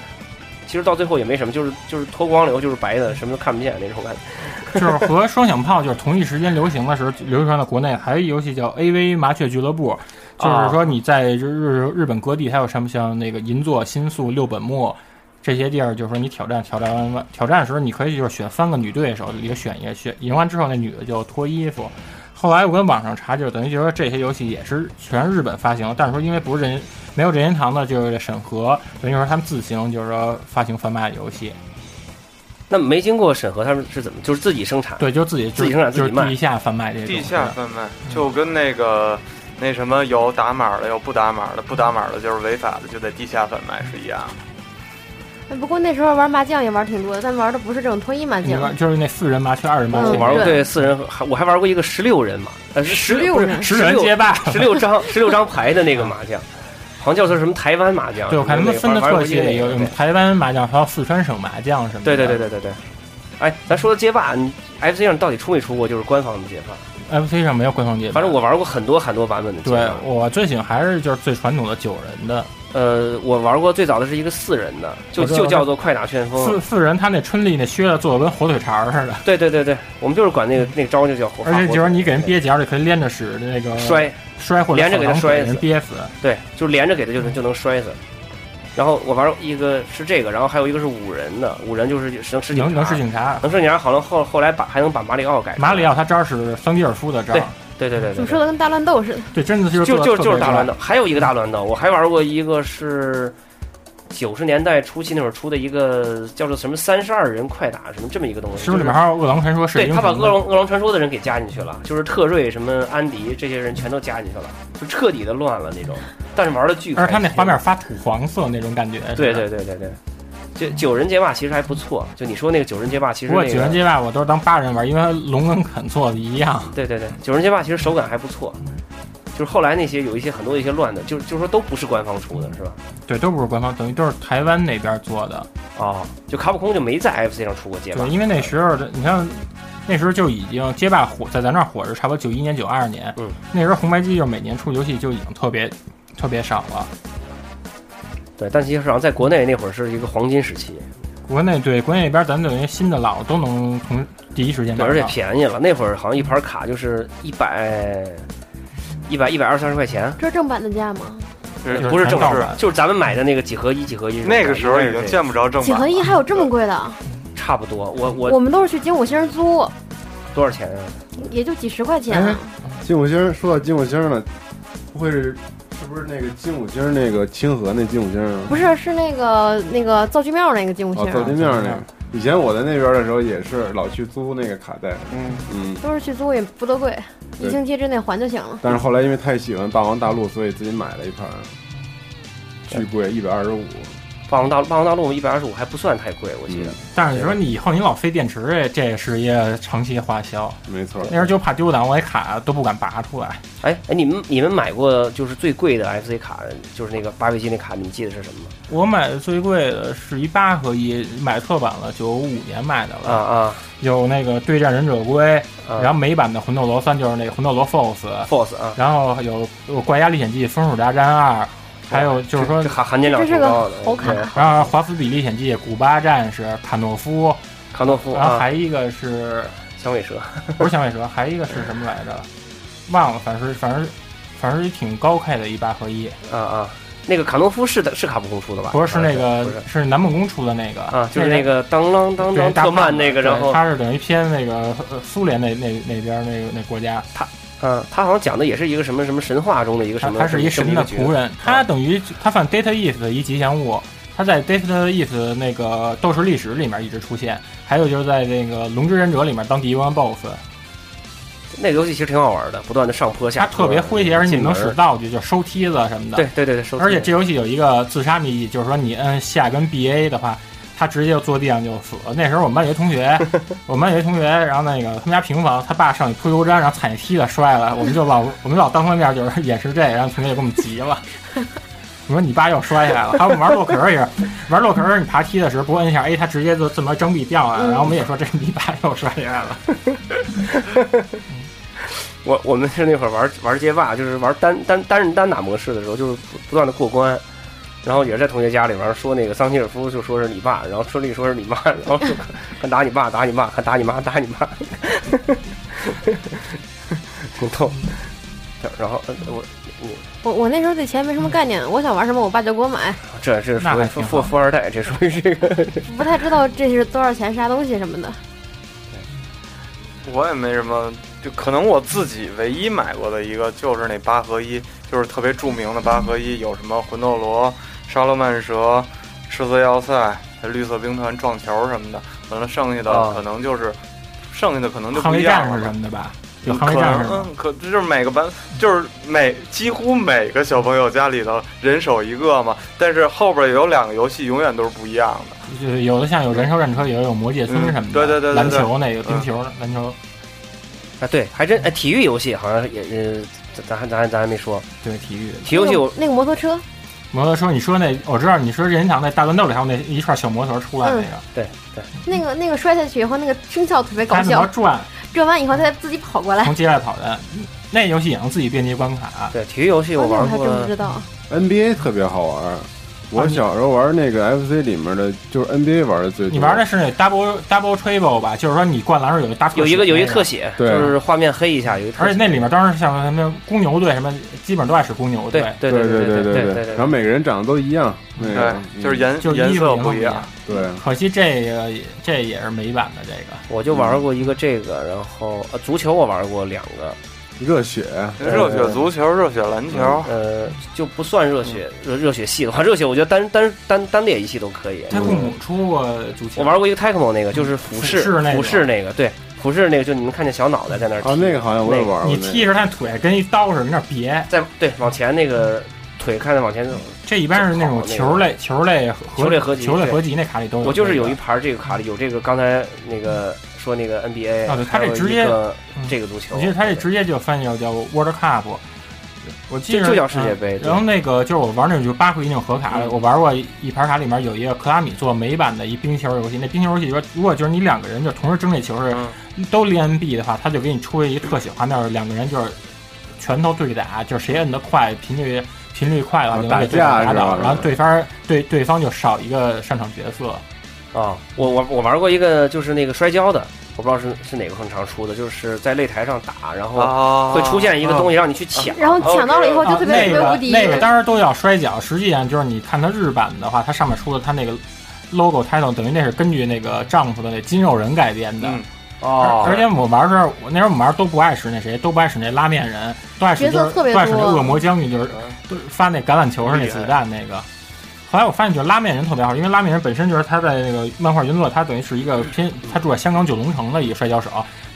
A: 其实到最后也没什么，就是就是脱光了以后就是白的，什么都看不见那种感觉。
C: 就是和双响炮就是同一时间流行的时候，流传到国内还有一游戏叫 AV 麻雀俱乐部，
A: 哦
C: 就是说你在日日日本各地，还有什么像那个银座、新宿、六本木这些地儿，就是说你挑战挑战完完挑战的时候，你可以就是选三个女对手，也选一个选赢完之后，那女的就脱衣服。后来我跟网上查，就等于就是说这些游戏也是全是日本发行，但是说因为不是任没有任天堂的就是审核，等于说他们自行就是说发行贩卖的游戏，
A: 那没经过审核，他们是怎么就是自己生产？
C: 对，就是自己
A: 自己生产
C: 就
A: 自
C: 是
A: 己卖
C: 地下贩卖这些东西
B: 地下贩卖，就跟那个那什么有打码的，有不打码的，不打码的就是违法的，就在地下贩卖是一样的。
D: 哎不过那时候玩麻将也玩挺多的，但玩的不是这种脱衣麻
A: 嗯
C: 你
D: 将，
C: 玩就是那四人麻雀、二人麻
D: 嗯
C: 雀，
A: 我玩过
D: 对
A: 对四人和，还我还玩过一个十六人嘛，呃十
D: 16
A: 不是
D: 人
C: 十人街霸，
A: 十六张十六张牌的那个麻将，好像叫做什么台湾麻将。
C: 对我看他们分的特细，有有台湾麻将，还有四川省麻将什么的。
A: 对对对对对对。哎，咱说街霸，你 FC 上到底出没出过就是官方的街霸？
C: ，FC 上没有官方街霸，
A: 反正我玩过很多很多版本的街
C: 对
A: 霸。
C: 我最喜欢还是就是最传统的九人的
A: 呃，我玩过最早的是一个四人的，就
C: 我知道
A: 就叫做快打旋风
C: 四。四人，他那春丽那靴子做的跟火腿肠似的，
A: 对对对对，我们就是管那个那个招就叫火。
C: 而且就是你给人憋脚里可以连着使那个
A: 摔，
C: 摔或者
A: 连着给他
C: 手
A: 摔
C: 给
A: 死
C: 人憋死。
A: 对，就连着给他就能就能摔死。然后我玩一个是这个，然后还有一个是五人的，五人就是能使警
C: 能能
A: 察
C: 是警察，
A: 能是警察，好像后后来把还能把马里奥改成
C: 马里奥他招是桑吉尔夫的招，
A: 对对对
D: 怎
A: 对
D: 么说
A: 对，
D: 的跟大乱斗似的。
C: 对，真的就是
A: 就
C: 做
A: 就
C: 得特别
A: 就是大
C: 棒
A: 乱斗，还有一个大乱斗，我还玩过一个是九十年代初期那会儿出的一个叫做什么三十二人快打什么这么一个东西，
C: 是不是里面
A: 就是
C: 还有饿狼传说是
A: 对
C: 英
A: 他把
C: 雄
A: 恶
C: 的？
A: 龙恶龙传说的人给加进去了，就是特瑞什么安迪这些人全都加进去了，就彻底的乱了那种，但是玩的巨开
C: 而
A: 心。
C: 且他那画面发土黄色那种感觉，
A: 对
C: 是吧
A: 对对对对，就九人街霸其实还不错，就你说那个九人街霸其实
C: 不过
A: 那
C: 九人
A: 个
C: 街霸我都是当八人玩，因为龙跟肯做的一样。
A: 对对对九人街霸其实手感还不错，
C: 嗯
A: 就是后来那些有一些很多一些乱的，就是就是说都不是官方出的是吧？
C: 对，都不是官方，等于都是台湾那边做的。
A: 哦，就卡普空就没在 FC 上出过街霸
C: 对，，因为那时候的，你看，那时候就已经街霸火，在咱这儿火是差不多九一年、九二年。
A: 嗯，
C: 那时候红白机就每年出游戏就已经特别特别少了。
A: 对，但其实好像在国内那会儿是一个黄金时期，
C: 国内对国内那边，咱等于新的老的都能同第一时间
A: 对，
C: 买
A: 而且
C: 到。
A: 便宜了，那会儿好像一盘卡就是一百。一百一百二三十块钱，
D: 这是正版的价吗？
B: 是
C: 就是
A: 不是正
C: 全盗
A: 式
C: 版，
A: 就是咱们买的那个几合一几合一。
B: 那个时候
A: 嗯
B: 已经见不着正
D: 几
B: 版
D: 合一
B: 了，
D: 还有这么贵的啊？
A: 差不多。我
D: 我
A: 我
D: 们都是去金五星租，
A: 多少钱啊？
D: 也就几十块钱啊。
E: 金五星儿说到金五星儿了，不会是是不是那个金五星儿那个清河那金五星儿啊？
D: 不是，是那个那个啊造句庙那个金五
E: 哦，
D: 星
E: 走
D: 儿，
E: 对面儿那个。以前我在那边儿的时候也是老去租那个卡带，
B: 嗯，
E: 嗯，
D: 都是去租也不多贵，
E: 对
D: 一星期之内还就行了。
E: 但是后来因为太喜欢《霸王大陆》，所以自己买了一盘儿，巨贵，一百二十五。
A: 霸王大霸王大陆一百二十五还不算太贵，我记得。
C: 但是你说你以后你老费电池，这这也是一个长期花销。
E: 没错儿
C: 那，时候就怕丢档，我也卡都不敢拔出来。
A: 哎哎，你们你们买过就是最贵的 FC 卡，就是那个八位机那卡，你们记得是什么吗？
C: 我买的最贵的是一八合一，买特版了，九五年买的了，
A: 啊啊
C: 有那个对战忍者龟，
A: 啊！
C: 然后美版的魂斗罗三就是那个魂斗罗 FOSS，
A: FOSS 啊，
C: 然后有有怪鸭历险记、风鼠大战二，还有就是说
A: 这，含含金量
D: 这是
A: 挺高的。
D: 个猴卡
A: 对
C: 然后华夫比历险记、古巴战士、卡诺夫，
A: 卡诺夫
C: 然后
A: 啊，
C: 还一个 是
A: 响尾蛇。
C: 不是响尾蛇，还一个是什么来着？忘了，反正反正反正挺高开的，一八合一，
A: 啊啊，那个卡诺夫是的是卡普空出的吧？
C: 不是是那个
A: 啊不是
C: 是南梦宫出的那个
A: 啊，就是那
C: 个
A: 个当啷当
C: 对
A: 当
C: 大
A: 特曼
C: 胖子
A: 那个，
C: 对
A: 然后
C: 他是等于偏那个呃苏联那那那边那个那国家，
A: 嗯，他好像讲的也是一个什么什么神话中的一个
C: 他
A: 什么，啊
C: 他是一神的仆
A: 人。
C: 人，他等于他犯 Data East 的一吉祥物，他在 Data East 的那个斗士历史里面一直出现，还有就是在那个龙之忍者里面当第一关 BOSS，
A: 那个游戏其实挺好玩的，不断的上坡下
C: 他
A: 坡。
C: 特别诙谐，而且
A: 进
C: 能
A: 门
C: 使道具，就收梯子什么的。
A: 对，对对对，收
C: 而且
A: 藏
C: 这游戏有一个自杀秘技，就是说你摁下跟 B A 的话，他直接就坐地上就死了。那时候我们班有一同 学，我们班有一同学，然后那个他们家平房，他爸上去铺油毡，然后踩那梯子摔了，我们就 老我们老当他面就是演示这个，然后同学就给我们急了。我说你爸又摔下来了，还有我们玩洛壳也是，玩洛壳你爬梯的时候不摁一下哎 A，他直接就这么整笔掉下来，然后我们也说这是你爸又摔下来了。
A: 我我们是那会儿玩玩街霸，就是玩单单单人单打模式的时候，就是不不断的过关，然后也是在同学家里边儿说那个桑切尔夫就说是你爸，然后春丽说是你妈，然后就看打你爸打你妈，看打你妈打你妈，挺逗。然后呃我
D: 我我那时候对钱没什么概念，我想玩什么，我爸就给我买，
A: 这这
C: 那还
A: 属于
C: 挺
A: 富
C: 好
A: 富二代，这属于这个。
D: 不太知道这是多少钱、啥东西什么的。
B: 我也没什么，就可能我自己唯一买过的一个就是那八合一，就是特别著名的八合一，有什么魂斗罗、沙罗曼蛇、赤色要塞、绿色兵团、撞球什么的。完了，剩下
A: 啊
B: 的可能就是，剩下的可能就
C: 捍
B: 不一
C: 卫
B: 样
C: 战
B: 了
C: 士什
B: 吧。
C: 么的吧，有
B: 嗯
C: 捍
B: 可
C: 卫战士
B: 能
C: 吗？
B: 嗯，可就是每个班，就是每几乎每个小朋友家里头人手一个嘛，但是后边有两个游戏永远都是不一样的。
C: 就是有的像有燃烧战车，有有魔界村什么的，
B: 嗯对对对对对嗯
C: 篮球那个冰球、篮球，
A: 啊，对，还真哎，体育游戏好像也呃，咱咱还咱还咱还没说
C: 对体育。
A: 体育游戏我，
D: 那个摩托车，
C: 摩托车，你说那我知道，你说任天堂那大乱斗里还有那一串小摩托出
D: 嗯
C: 来那个，
A: 对对，
D: 那个那个摔下去以后，那个声效特别搞
C: 它怎么
D: 笑，
C: 转，
D: 转完以后它再自己跑过来。
C: 从街外跑 的，那游戏也能自己编辑关卡。
A: 对体育游戏
D: 哦
A: 我
D: 那我
A: 玩
D: 还
A: 过
D: 真不知道，
E: NBA 特别好玩儿。我小时候玩那个 FC 里面的，就是 NBA 玩的最多。
C: 你玩的是那 double double triple 吧？就是说你灌篮时候有一大特写
A: 有一个有一
C: 那
A: 个特写，就
E: 对
A: 是画面黑一下，有一个特
C: 而且
A: 写。
C: 那里面当时像什么公牛队什么，基本都爱使公牛队
A: 对，对
E: 对
A: 对
E: 对
A: 对
E: 对
A: 对
E: 然后每个人长得都一样，那个
B: 对，
E: 嗯
B: 就是颜
C: 就是
B: 颜
C: 衣服
B: 色
C: 也
B: 不
C: 不
B: 一
C: 一
B: 样
C: 样。。
E: 对
C: 可惜这个也这也是美版的这个，
A: 我就玩过一个这个，然后呃足球我玩过两个，
E: 热血，
B: 热血足球、热血篮
C: 嗯
B: 球，
A: 呃，就不算热血热热血系的话，热 血我觉得单单单单列一系都可以。
C: 太空母出过足球，
A: 我玩过一个 Tecmo 那个，就是俯视
C: 嗯俯视那个
A: 俯视那个，对俯视那个，就你能看见小脑袋哦在那儿踢
E: 啊，那个好像我也玩过。
C: 你踢着他腿跟一刀似的，那别。
A: 在对往前那个腿看着往前走。
C: 这一般是那种球类、球类合
A: 球类合集
C: 球类
A: 对
C: 合集那卡里都有。
A: 我就是有一盘嗯这个卡里有这个刚才那个说那个 NBA，
C: 啊对它
A: 还
C: 这
A: 有
C: 直接
A: 一个
C: 嗯
A: 这个足球，
C: 我记得他这直接就翻译叫叫 World Cup，我记
A: 就
C: 得
A: 就叫世
B: 啊
A: 界杯
C: 嗯
A: 对
C: 然后那个就是我玩那种就八合一那种盒卡，
A: 嗯
C: 我玩过一盘卡，里面有一个克拉米做美版的一冰球游戏。那冰球游戏说，如果就是你两个人就同时争这球是
B: 嗯
C: 都连 NB 的话，他就给你出一个特写画面，两个人就是拳头对打，就是谁摁的快，频率频率快的话
E: 啊
C: 就能给对
E: 打
C: 方
E: 架
C: 打
E: 是
C: 倒，
E: 吧
C: 然后对方对对方就少一个上场角色。
A: 啊，我我我玩过一个就是那个摔跤的，我不知道是是哪个很常出的，就是在擂台上打，然后
B: 啊，
A: 会出现一个东西让你去抢。
D: 然后抢到了以后就特别
C: 哦啊那
D: 特别
C: 个
D: 无敌。
C: 那个当然都要摔跤，实际上就是你看它日版的话，它上面出的它那个 logo title，等于那是根据那个丈夫的那筋肉人改编的。
B: 嗯
A: 哦
C: 而而且我玩的时候，我那时候我们玩都不爱使那谁，都不爱使那拉面人，都爱使
D: 角色
C: 就是
D: 特别
C: 都爱使那
D: 多
C: 恶魔将军，就是都是发那橄榄球上那子弹那个。后来我发现，就是拉面人特别好，因为拉面人本身就是他在那个漫画原作，他等于是一个偏，他住在香港九龙城的一个摔跤手，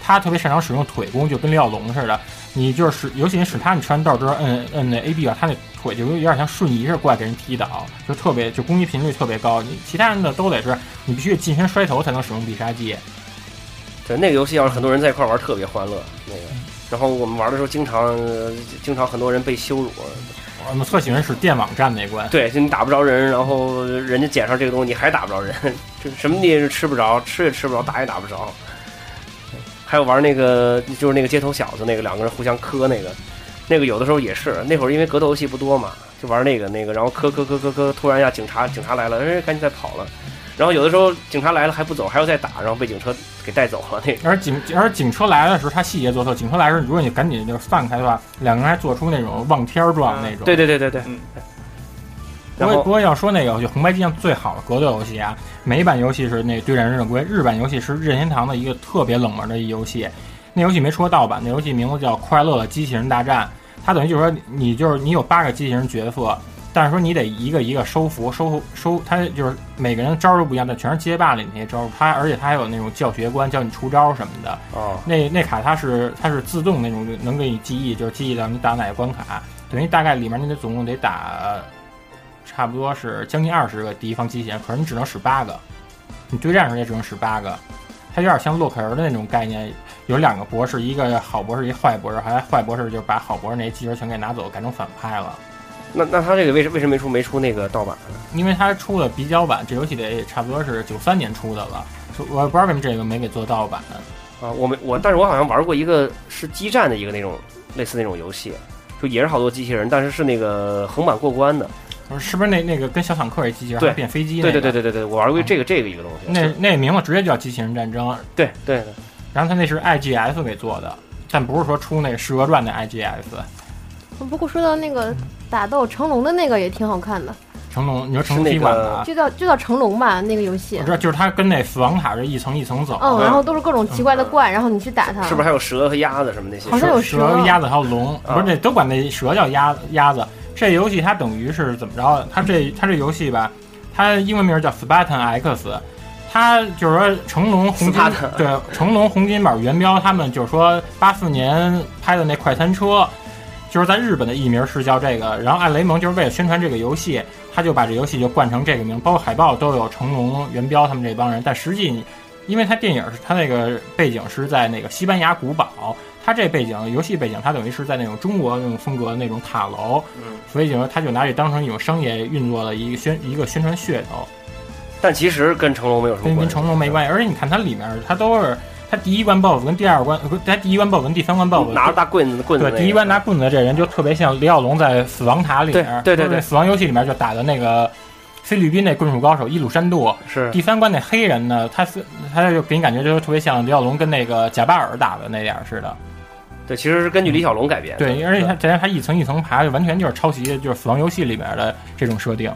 C: 他特别擅长使用腿功，就跟李小龙似的。你就是使，尤其你使他，你穿道之后摁摁那 A B 啊，他那腿就有点像瞬移似的过来给人踢倒，就特别就攻击频率特别高。你其他人的都得是你必须得近身摔头才能使用必杀技。
A: 对那个游戏要是很多人在一块玩，特别欢乐那个。
B: 嗯
A: 然后我们玩的时候，经常呃经常很多人被羞辱，啊
C: 我们特喜欢使电网站那 关，
A: 对，就你打不着人，然后人家捡上这个东西，你还打不着人，这什么你也是吃不着，吃也吃不着，打也打不着。还有玩那个就是那个街头小子那个两个人互相磕那个，那个有的时候也是那会儿因为格斗游戏不多嘛，就玩那个那个，然后磕磕磕磕磕，突然一下警察警察来了，哎，赶紧再跑了。然后有的时候警察来了还不走，还要再打，然后被警车给带走了那种。
C: 而警而警车来的时候，他细节做透。警车来的时候，如果你赶紧就是散开的话，两个人还做出那种望天儿状那种。
A: 对对对对对。
B: 嗯
C: 不
A: 然
C: 过不
A: 后
C: 过要说那个，就红白机上最好的格斗游戏啊，美版游戏是那《对战忍者龟》，日版游戏是任天堂的一个特别冷门的一游戏。那游戏没出过盗版，那游戏名字叫《快乐的机器人大战》。它等于就是说，你就是你有八个机器人角色，但是说你得一个一个收服，收服收，它就是每个人的招儿都不一样，但全是街霸里那些招儿。它而且它还有那种教学关，教你出招什么的。
A: 哦，
C: 那那卡它是它是自动那种能给你记忆，就是记忆到你打哪个关卡，等于大概里面你得总共得打，差不多是将近二十个敌方机器人，可是你只能使八个，你对战时候也只用使八个，它有点像洛克人的那种概念，有两个博士，一个好博士，一个坏博士，还坏博士就是把好博士那些技能全给拿走，改成反派了。
A: 那那他这个为什为什么没出没出那个盗版呢？
C: 因为它出的比较晚，这游戏得差不多是九三年出的了，所以我不知道为什么这个没给做盗版。
A: 啊，我没我，但是我好像玩过一个是激战的一个那种类似那种游戏，就也是好多机器人，但是是那个横版过关的。
C: 是不是那那个跟小坦克一机器人
A: 对
C: 还变飞机、那
A: 对
C: 个？哦
A: 对对对对对，我玩过这个这个一个东西。
C: 那那名字直接叫《机器人战争》，
A: 对对对
C: 然后他那是 IGF 给做的，但不是说出那《使蛇传》的 IGF。
D: 不过说到那个打斗成龙的那个也挺好看的，
C: 成龙，你说成
A: 是
C: 龙
A: 那
C: 踢馆
A: 个
C: 吧？
D: 就叫就叫成龙吧，那个游戏
C: 我知。道，啊哦就是他跟那死亡塔是一层一层走，
D: 嗯，然后都是各种奇怪的怪，然后你去打它。
A: 是不是还有蛇和鸭子什么那些
D: 好？像有蛇
C: 蛇、鸭子还有龙，
A: 啊
C: 不是那都管那蛇叫鸭鸭子。这游戏它等于是怎么着？它这它这游戏吧，它英文名叫 Spartan X，它就是说成龙红金
A: Spartan
C: 对成龙洪金宝元彪他们就是说八四年拍的那快餐车。就是在日本的译名是叫这个，然后艾雷蒙就是为了宣传这个游戏，他就把这游戏就冠成这个名，包括海报都有成龙、元彪他们这帮人。但实际，因为他电影是他那个背景是在那个西班牙古堡，他这背景游戏背景，它等于是在那种中国那种风格的那种塔楼，
B: 嗯，
C: 所以就他就拿这当成一种商业运作的一个宣一个宣传噱头，
A: 但其实跟成龙没有什么
C: 跟
A: 关
C: 跟
A: 系。
C: 成龙没关系。而且你看它里面，它都是它第一关 BOSS 跟第二关，呃不，它第一关 BOSS 跟第三关 BOSS
A: 拿着大棍子棍子那
C: 对，
A: 个。
C: 第一关拿棍子的这人就特别像李小龙在《死亡塔》里面，
A: 对对对
C: 就是那死亡游戏里面就打的那个菲律宾那棍术高手伊鲁山度。
A: 是
C: 第三关那黑人呢，他是他就给你感觉就是特别像李小龙跟那个贾巴尔打的那点儿似的。
A: 对，其实是根据李小龙改编的。
C: 对，而且它它它一层一层爬，就完全就是抄袭就是死亡游戏里面的这种设定。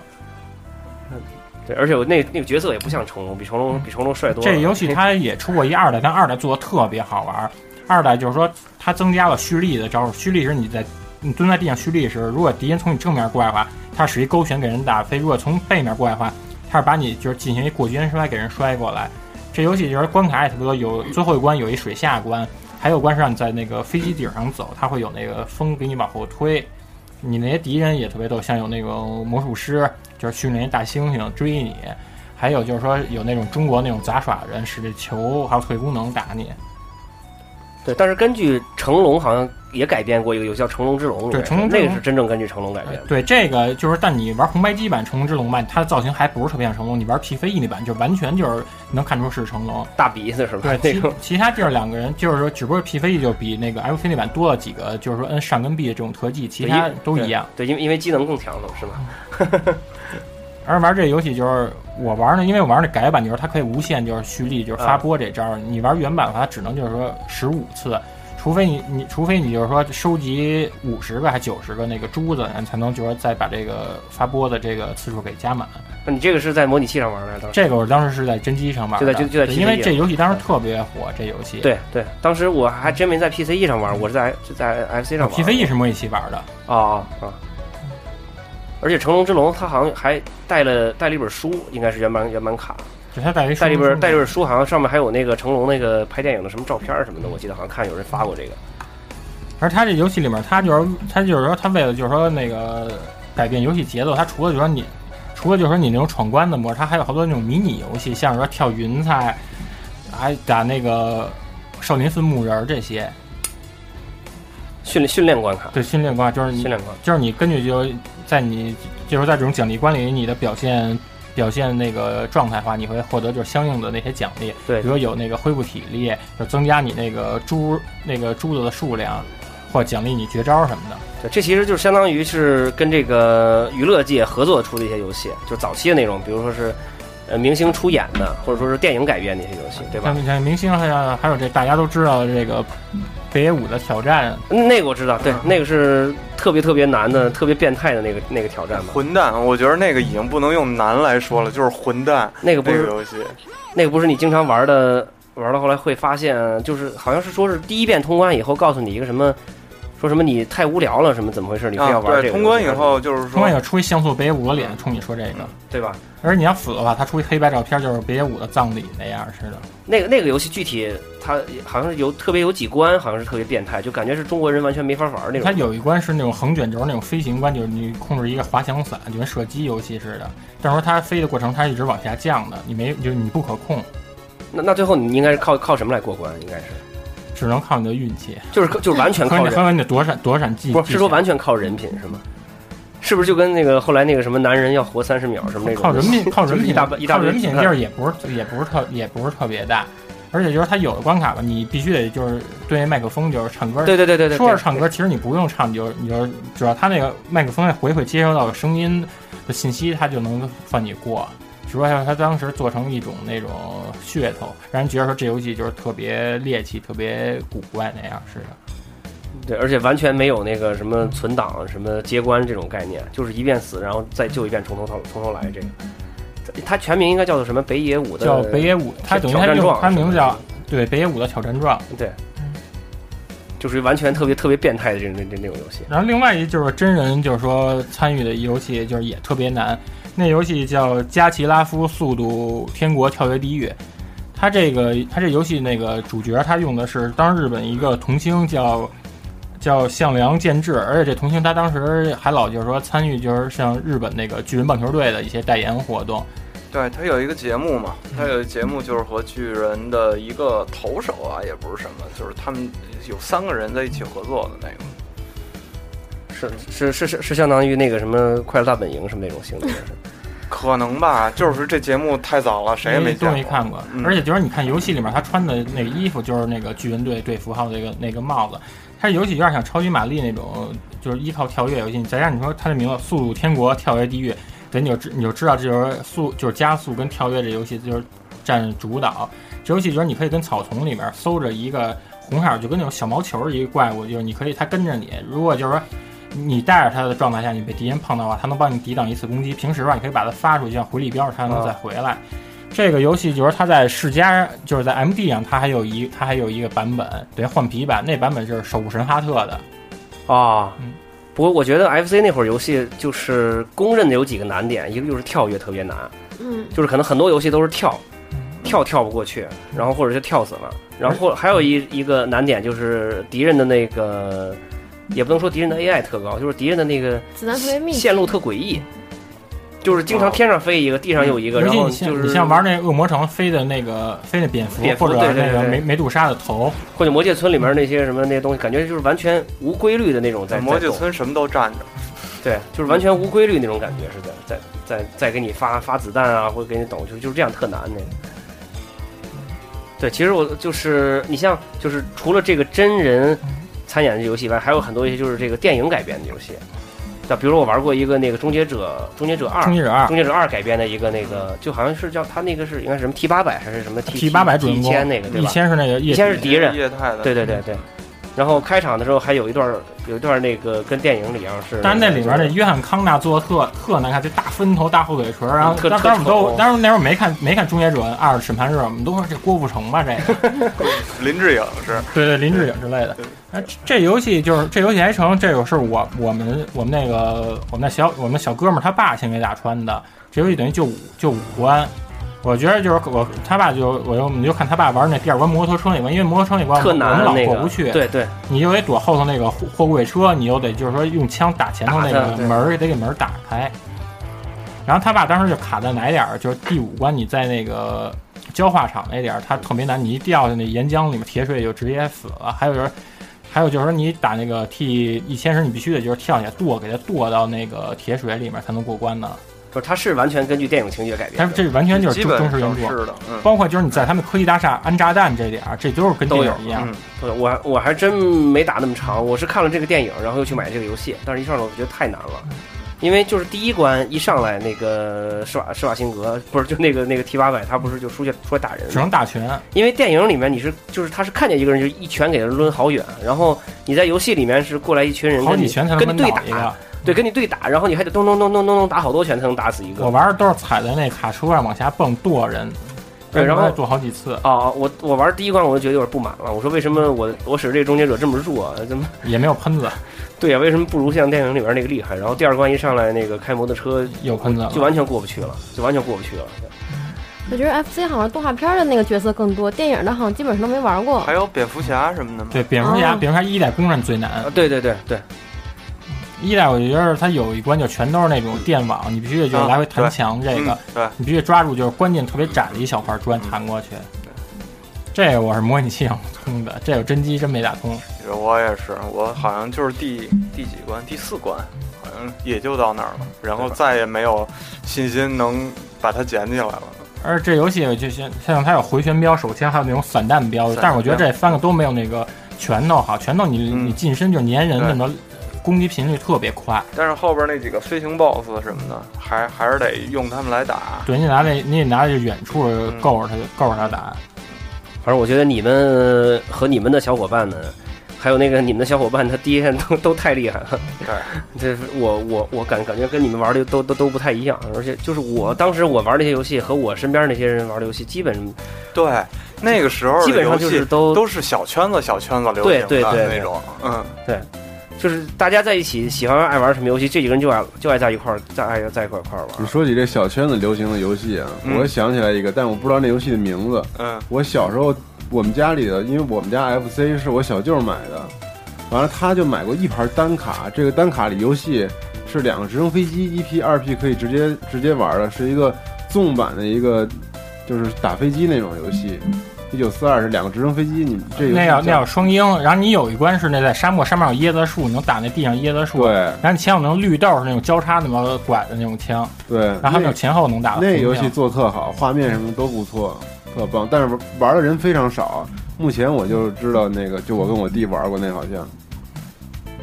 A: 对，而且我那那个角色也不像成龙，比成龙比成龙帅多了。
C: 嗯这游戏它也出过一二代，但二代做的特别好玩儿。二代就是说它增加了蓄力的招数，蓄力时你在你蹲在地上蓄力时，如果敌人从你正面过来的话，它是一勾拳给人打飞；如果从背面过来的话，它是把你就是进行一过肩摔给人摔过来。这游戏就是关卡也特别多，有最后一关有一水下关，还有关是让你在那个飞机顶上走，它会有那个风给你往后推。你那些敌人也特别逗，像有那个魔术师，就是训练一大猩猩追你，还有就是说有那种中国那种杂耍人使这球还有特异功能打你。
A: 对，但是根据成龙好像也改编过一个游戏叫《成龙之龙》，
C: 对成龙之
A: 那
C: 龙
A: 个
C: 哎
A: 是真正根据成龙改编的。
C: 对这个就是，但你玩红白机版《成龙之龙》吧，它的造型还不是特别像成龙；你玩 PVE 那版就完全就是能看出是成龙。
A: 大鼻子是吧？
C: 对，
A: 那
C: 其
A: 种
C: 其他地儿两个人就是说，只不过 PVE 就比那个 FC 那版多了几个，就是说摁上跟 B 这种特技，其他都一样。
A: 对，因为因为机能更强了，是吗？
C: 而玩这游戏就是我玩呢，因为我玩那改版就是它可以无限就是蓄力，就是
A: 嗯
C: 发波这招儿。你玩原版的话，它只能就是说十五次，除非你你除非你就是说收集五十个还九十个那个珠子，才能就是说再把这个发波的这个次数给加满。
A: 那你这个是在模拟器上玩的，当时？
C: 这个我当时是在真机上玩
A: 就
C: 的，
A: 在就就在
C: 对
A: PC
C: 因为这游戏当时特别火，这游戏
A: 嗯对对，当时我还真没在 PCE 上玩，我是在就在 FC 上玩。
C: PVE 是模拟器玩的，
A: 哦哦啊！而且《成龙之龙》它好像还带了带了一本书，应该是原版原版卡，
C: 就它在于
A: 带了一
C: 说
A: 本带了一本书，好像上面还有那个成龙那个拍电影的什么照片什么的，我记得好像看有人发过这个。
C: 而它这游戏里面，它就是它就是说，它为了就是说那个改变游戏节奏，它除了就是说你，除了就是说你那种闯关的模式，它还有好多那种迷你游戏，像是说跳云彩，还打那个少林寺木人儿这些。
A: 训练训练关卡，
C: 对，训练关就是
A: 训
C: 你
A: 练关卡。
C: 就是你根据就在你就是在这种奖励关里，你的表现表现那个状态的话，你会获得就是相应的那些奖励，
A: 对
C: 比如有那个恢复体力，就增加你那个珠那个珠子的数量，或奖励你绝招什么的。
A: 对，这其实就是相当于是跟这个娱乐界合作出的一些游戏，就是早期的那种，比如说是呃明星出演的，或者说是电影改编的一些游戏，对吧
C: 像？像明星还有还有这大家都知道的这个北野武的挑战，
A: 嗯那个我知道，对，那个是特别特别难的、特别变态的那个那个挑战嘛。
B: 混蛋，我觉得那个已经不能用难来说了，就是混蛋
A: 那个不
B: 那个
A: 是
B: 游戏。
A: 那个不是你经常玩的，玩到后来会发现，就是好像是说是第一遍通关以后告诉你一个什么说什么你太无聊了，什么怎么回事？你非要
B: 啊，
A: 玩这
B: 对，
A: 个？
B: 通关以，后就是
C: 通关以
B: 说
C: 后出一像素北野武的脸冲你说这个，
A: 对吧？
C: 而你要死的话，他出一黑白照片，就是北野武的葬礼那样似的。
A: 那个那个游戏具体它好像是有特别有几关，好像是特别变态，就感觉是中国人完全没法玩那
C: 它
A: 种。
C: 有一关是那种横卷轴那种飞行关，就是你控制一个滑翔伞，就跟射击游戏似的。但是说它飞的过程，它是一直往下降的，你没就是你不可控，
A: 那那最后你应该是靠靠什么来过关？应该是
C: 只能靠你的运气，
A: 就是靠就是完全
C: 和
A: 靠
C: 你
A: 人，
C: 和你的躲闪躲闪技。
A: 不是是说完
C: 全
A: 全靠人品是吗？是不是就跟那个后来那个什么男人要活三十秒什么那种？
C: 靠人品，靠人
A: 就是
C: 品，
A: 一大半一大
C: 靠
A: 半
C: 人品地儿也不是也不是特也不是特别大，而且就是它有的关卡吧，你必须得就是对麦克风就是唱歌，
A: 对对对对对，
C: 说是唱歌，其实你不用唱，你就你就只要它那个麦克风回馈接收到的声音的信息，它就能算你过。只不过它当时做成一种那种噱头，让人觉得说这游戏就是特别猎奇、特别古怪那样似的。
A: 对，而且完全没有那个什么存档、什么接关这种概念，就是一遍死，然后再救一遍，从头到从头来。这个，它全名应该叫做什么？北野武的
C: 叫北野武，它等于它
A: 挑战
C: 用
A: 状
C: 它名字叫对北野武的挑战状。
A: 对，就属于完全特别特别变态的这那那那种游戏。
C: 然后另外一就是真人，就是说参与的游戏，就是也特别难。那游戏叫《加奇拉夫速度天国跳跃地狱》，它这个它这游戏那个主角他用的是当时日本一个童星叫叫向良健治，而且这童星他当时还老就是说参与就是像日本那个巨人棒球队的一些代言活动，
B: 对他有一个节目嘛，他有一节目就是和巨人的一个投手啊，也不是什么，就是他们有三个人在一起合作的那个。
A: 是是是是是相当于那个什么快乐大本营什么那种性质。
B: 可能吧，就是这节目太早了，谁也没
C: 都没
B: 见过
C: 看过。
B: 嗯
C: 而且就是你看游戏里面他穿的那个衣服，就是那个巨人队队服，还有那个那个帽子。它游戏有点像超级玛丽那种，就是依靠跳跃游戏。再让你说它的名字《速度天国跳跃地狱》，对，你就知你就知道这就是速就是加速跟跳跃这游戏就是占主导。这游戏就是你可以跟草丛里面搜着一个红色儿，就跟那种小毛球儿一个怪物，就是你可以它跟着你。如果就是说你带着它的状态下，你被敌人碰到的话，它能帮你抵挡一次攻击。平时吧，你可以把它发出去，像回力镖似的，它能再回来。这个游戏就是它在世嘉，就是在 MD 上，它还有一它还
A: 啊
C: 有一个版本，等于换皮版，那版本就是守护神哈特的。
A: 啊
C: 嗯。
A: 不过我觉得 FC 那会儿游戏就是公认的有几个难点，一个就是跳跃特别难，
D: 嗯，
A: 就是可能很多游戏都是跳
C: 嗯，哎
A: 跳跳不过去，然后或者就跳死了。然后或还有一一个难点就是敌人的那个，也不能说敌人的 AI 特高，就是敌人的那个
D: 子弹特别密集，
A: 线路特诡异，就是经常天上飞一个，地上有一个，
C: 嗯哦尤
A: 然
C: 其
A: 后
C: 你像、
A: 就是
C: 你像玩那恶魔城飞的那个飞的蝙蝠，
A: 蝙蝠
C: 或者
A: 对对
C: 那个
A: 对对
C: 梅梅杜莎的头，
A: 或者魔界村里面那些什么那些东西，感觉就是完全无规律的那种在
B: 在魔
A: 在
B: 界
A: 动
B: 村什么都站着，
A: 对，就是完全无规律那种感觉，是在在在在给你发发子弹啊，或者给你抖，就是就是这样特难那个。对，其实我就是你像就是除了这个真人参演的游戏以外，还有很多一些就是这个电影改编的游戏，像比如说我玩过一个那个《终结者》《终结者二
C: 终》结者
A: 《
C: 二
A: 终结者二》改编的一个那个，就好像是叫他那个是应该是什么 T 八百还是什么 T
C: T 八百主
A: 一
C: 人公
A: 千那个对
C: 一
A: 吧？
C: 千是那个
A: 一
C: 夜
A: 千是敌人，
B: 液态的，
A: 对对对对。然后开场的时候还有一段有一段那个跟电影里一样是，
C: 但是那里边那约翰康纳做的特特难看，就大分头、大厚嘴唇儿，然后
A: 特
C: 当当时我们
A: 特丑
C: 都当时那时候没看没看《终结者二》审判日，我们都说这郭富城吧，这 个
B: 林志颖是
C: 对对林志颖之类的。啊，这这游戏就是这游戏还成，这个是我我们我们那个我们那小我们那小哥们儿他爸先给打穿的，这游戏等于就五就五关。我觉得就是我他爸就我就我们就看他爸玩那第二关摩托车那关，因为摩托车那关
A: 特
C: 啊我们
A: 难
C: 老
A: 那个
C: 过不去，
A: 对对，
C: 你又得躲后头那个货货柜车，你又得就是说用枪打前头那
A: 打他
C: 个
A: 对
C: 门儿，也得给门儿打开。然后他爸当时就卡在哪一点儿，就是第五关你在那个焦化厂那点儿，他特别难，你一掉进那岩浆里面，铁水就直接死了。还有就是，还有就是说你打那个 T 一千时，你必须得就是跳下剁，给它剁到那个铁水里面才能过关呢。
A: 就是它是完全根据电影情节改编
C: 但
A: 的，
C: 是这完全就是
B: 基
C: 忠
B: 本
C: 忠实
B: 上
C: 原著，
B: 是的，嗯
C: 包括就是你在他们科技大厦安炸弹这点儿，这都是跟
A: 都
C: 电
A: 有
C: 影一样。
B: 嗯，
A: 对我我还真没打那么长，我是看了这个电影，然后又去买这个游戏，但是一上来我觉得太难了。因为就是第一关一上来，那个施瓦施瓦辛格不是就那个那个 T 八百，他不是就出去出来打人
C: 只能
A: 吗？
C: 打拳，
A: 因为电影里面你是就是他是看见一个人就一拳给他抡好远，然后你在游戏里面是过来一群人
C: 好
A: 跟
C: 几
A: 你
C: 拳才能
A: 跟你
C: 闷
A: 对
C: 倒一
A: 打
C: 个，。
A: 对跟你对打，然后你还得
C: 哦
A: 咚咚咚咚咚咚打好多拳才能打死一个
C: 我。玩的都是踩在那卡车上往下蹦剁人，
A: 对然后
C: 还做好几次
A: 啊，我我玩第一关我就觉得有点不满了，我说为什么我我使这终结者镇不住啊？怎么
C: 也没有喷子，
A: 对啊呀、为什么不如像电影里边那个厉害？然后第二关一上来那个开摩托车
C: 有喷子了
A: 就完全过不去了，就完全过不去了。
D: 我觉得 FC 好像动画片的那个角色更多，电影的好像基本上都没玩过。
B: 还有蝙蝠侠什么的吗？
C: 对，蝙蝠侠，
D: 哦
C: 蝙蝠侠一代攻占最难
A: 啊，，对对对对，
C: 一代我觉得它有一关就全都是那种电网，你必须得就是来回弹墙这个
B: 嗯，，对，
C: 你必须抓住就是关键特别窄的一小块砖弹过去。这个我是模拟器上通的，这有真机真没打通。
B: 我也是，我好像就是第第几关，第四关，好像也就到那儿了，然后再也没有信心能把它捡起来了。
C: 而这游戏就像像它有回旋镖、手枪，还有那种散弹镖，
B: 弹
C: 但是我觉得这三个都没有那个拳头好。拳头你、
B: 嗯
C: 你近身就粘人，
B: 对
C: 那种攻击频率特别快。
B: 但是后边那几个飞行 BOSS 什么的，还还是得用他们来打。
C: 对，你拿那你得拿着远处
E: 嗯
C: 够着它，够着它打。
A: 反正我觉得你们和你们的小伙伴们，还有那个你们的小伙伴他爹都都太厉害了。对， 这我我我感感觉跟你们玩的都都都不太一样，而且就是我当时我玩那些游戏和我身边那些人玩的游戏，基本
B: 对，那个时候
A: 基
B: 的
A: 本上
B: 游
A: 就是
B: 戏
A: 都
B: 都是小圈子小圈子流行
A: 对对对
B: 的
A: 对
B: 那种，嗯，
A: 就是大家在一起喜欢爱玩什么游戏，这几个人就爱就爱在一块儿，在爱在一块儿一块儿
E: 你
A: 玩。
E: 说起这小圈子流行的游戏啊，
B: 嗯
E: 我想起来一个，但我不知道那游戏的名字。
B: 嗯，
E: 我小时候我们家里的，因为我们家 FC 是我小舅买的，完了他就买过一盘单卡，这个单卡里游戏是两个直升飞机，一 P 二 P 可以直接直接玩的，是一个纵版的一个就是打飞机那种游戏。一九四二是两个直升飞机，你这游戏
C: 那要那
E: 叫
C: 要双鹰，然后你有一关是那在沙漠上面有椰子树，你能打那地上椰子树。
E: 对
C: 然后你前后能绿豆是那种交叉那么拐的那种枪，
E: 对，
C: 然后还有前后能打的
E: 那
C: 红
E: 游戏
C: 枪
E: 做特好，画面什么都不错，特棒。但是玩玩的人非常少。目前我就知道那个，就我跟我弟玩过那好像，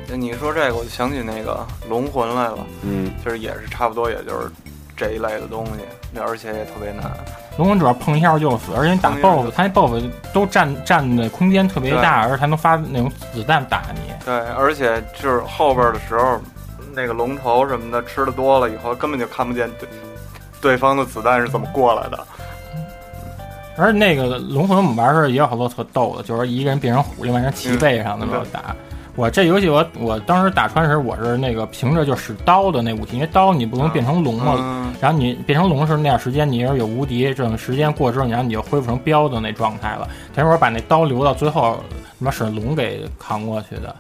B: 那你说这个，我就想起那个龙魂来了，
E: 嗯，
B: 就是也是差不多，也就是这一类的东西，而且也特别难。
C: 龙魂主要碰一下就死，而且你打
B: 碰一下就
C: BOSS，它那 BOSS 都占占的空间特别大，而且它能发那种子弹打你。
B: 对，而且就是后边的时候，那个龙头什么的吃的多了以后，根本就看不见对对方的子弹是怎么过来的。
C: 而那个龙魂我们玩的时候也有好多特逗的，就是一个人变成虎，另外一个人
A: 嗯
C: 骑背上那么打。我这游戏我我当时打穿的时候，我是那个凭着就使刀的那武器，因为刀你不
A: 啊
C: 能变成龙嘛，
B: 嗯，
C: 然后你变成龙的时候那段时间你要是有无敌，这种时间过之后，然后你就恢复成彪的那状态了。等一会儿把那刀留到最后，什么使龙给扛过去的。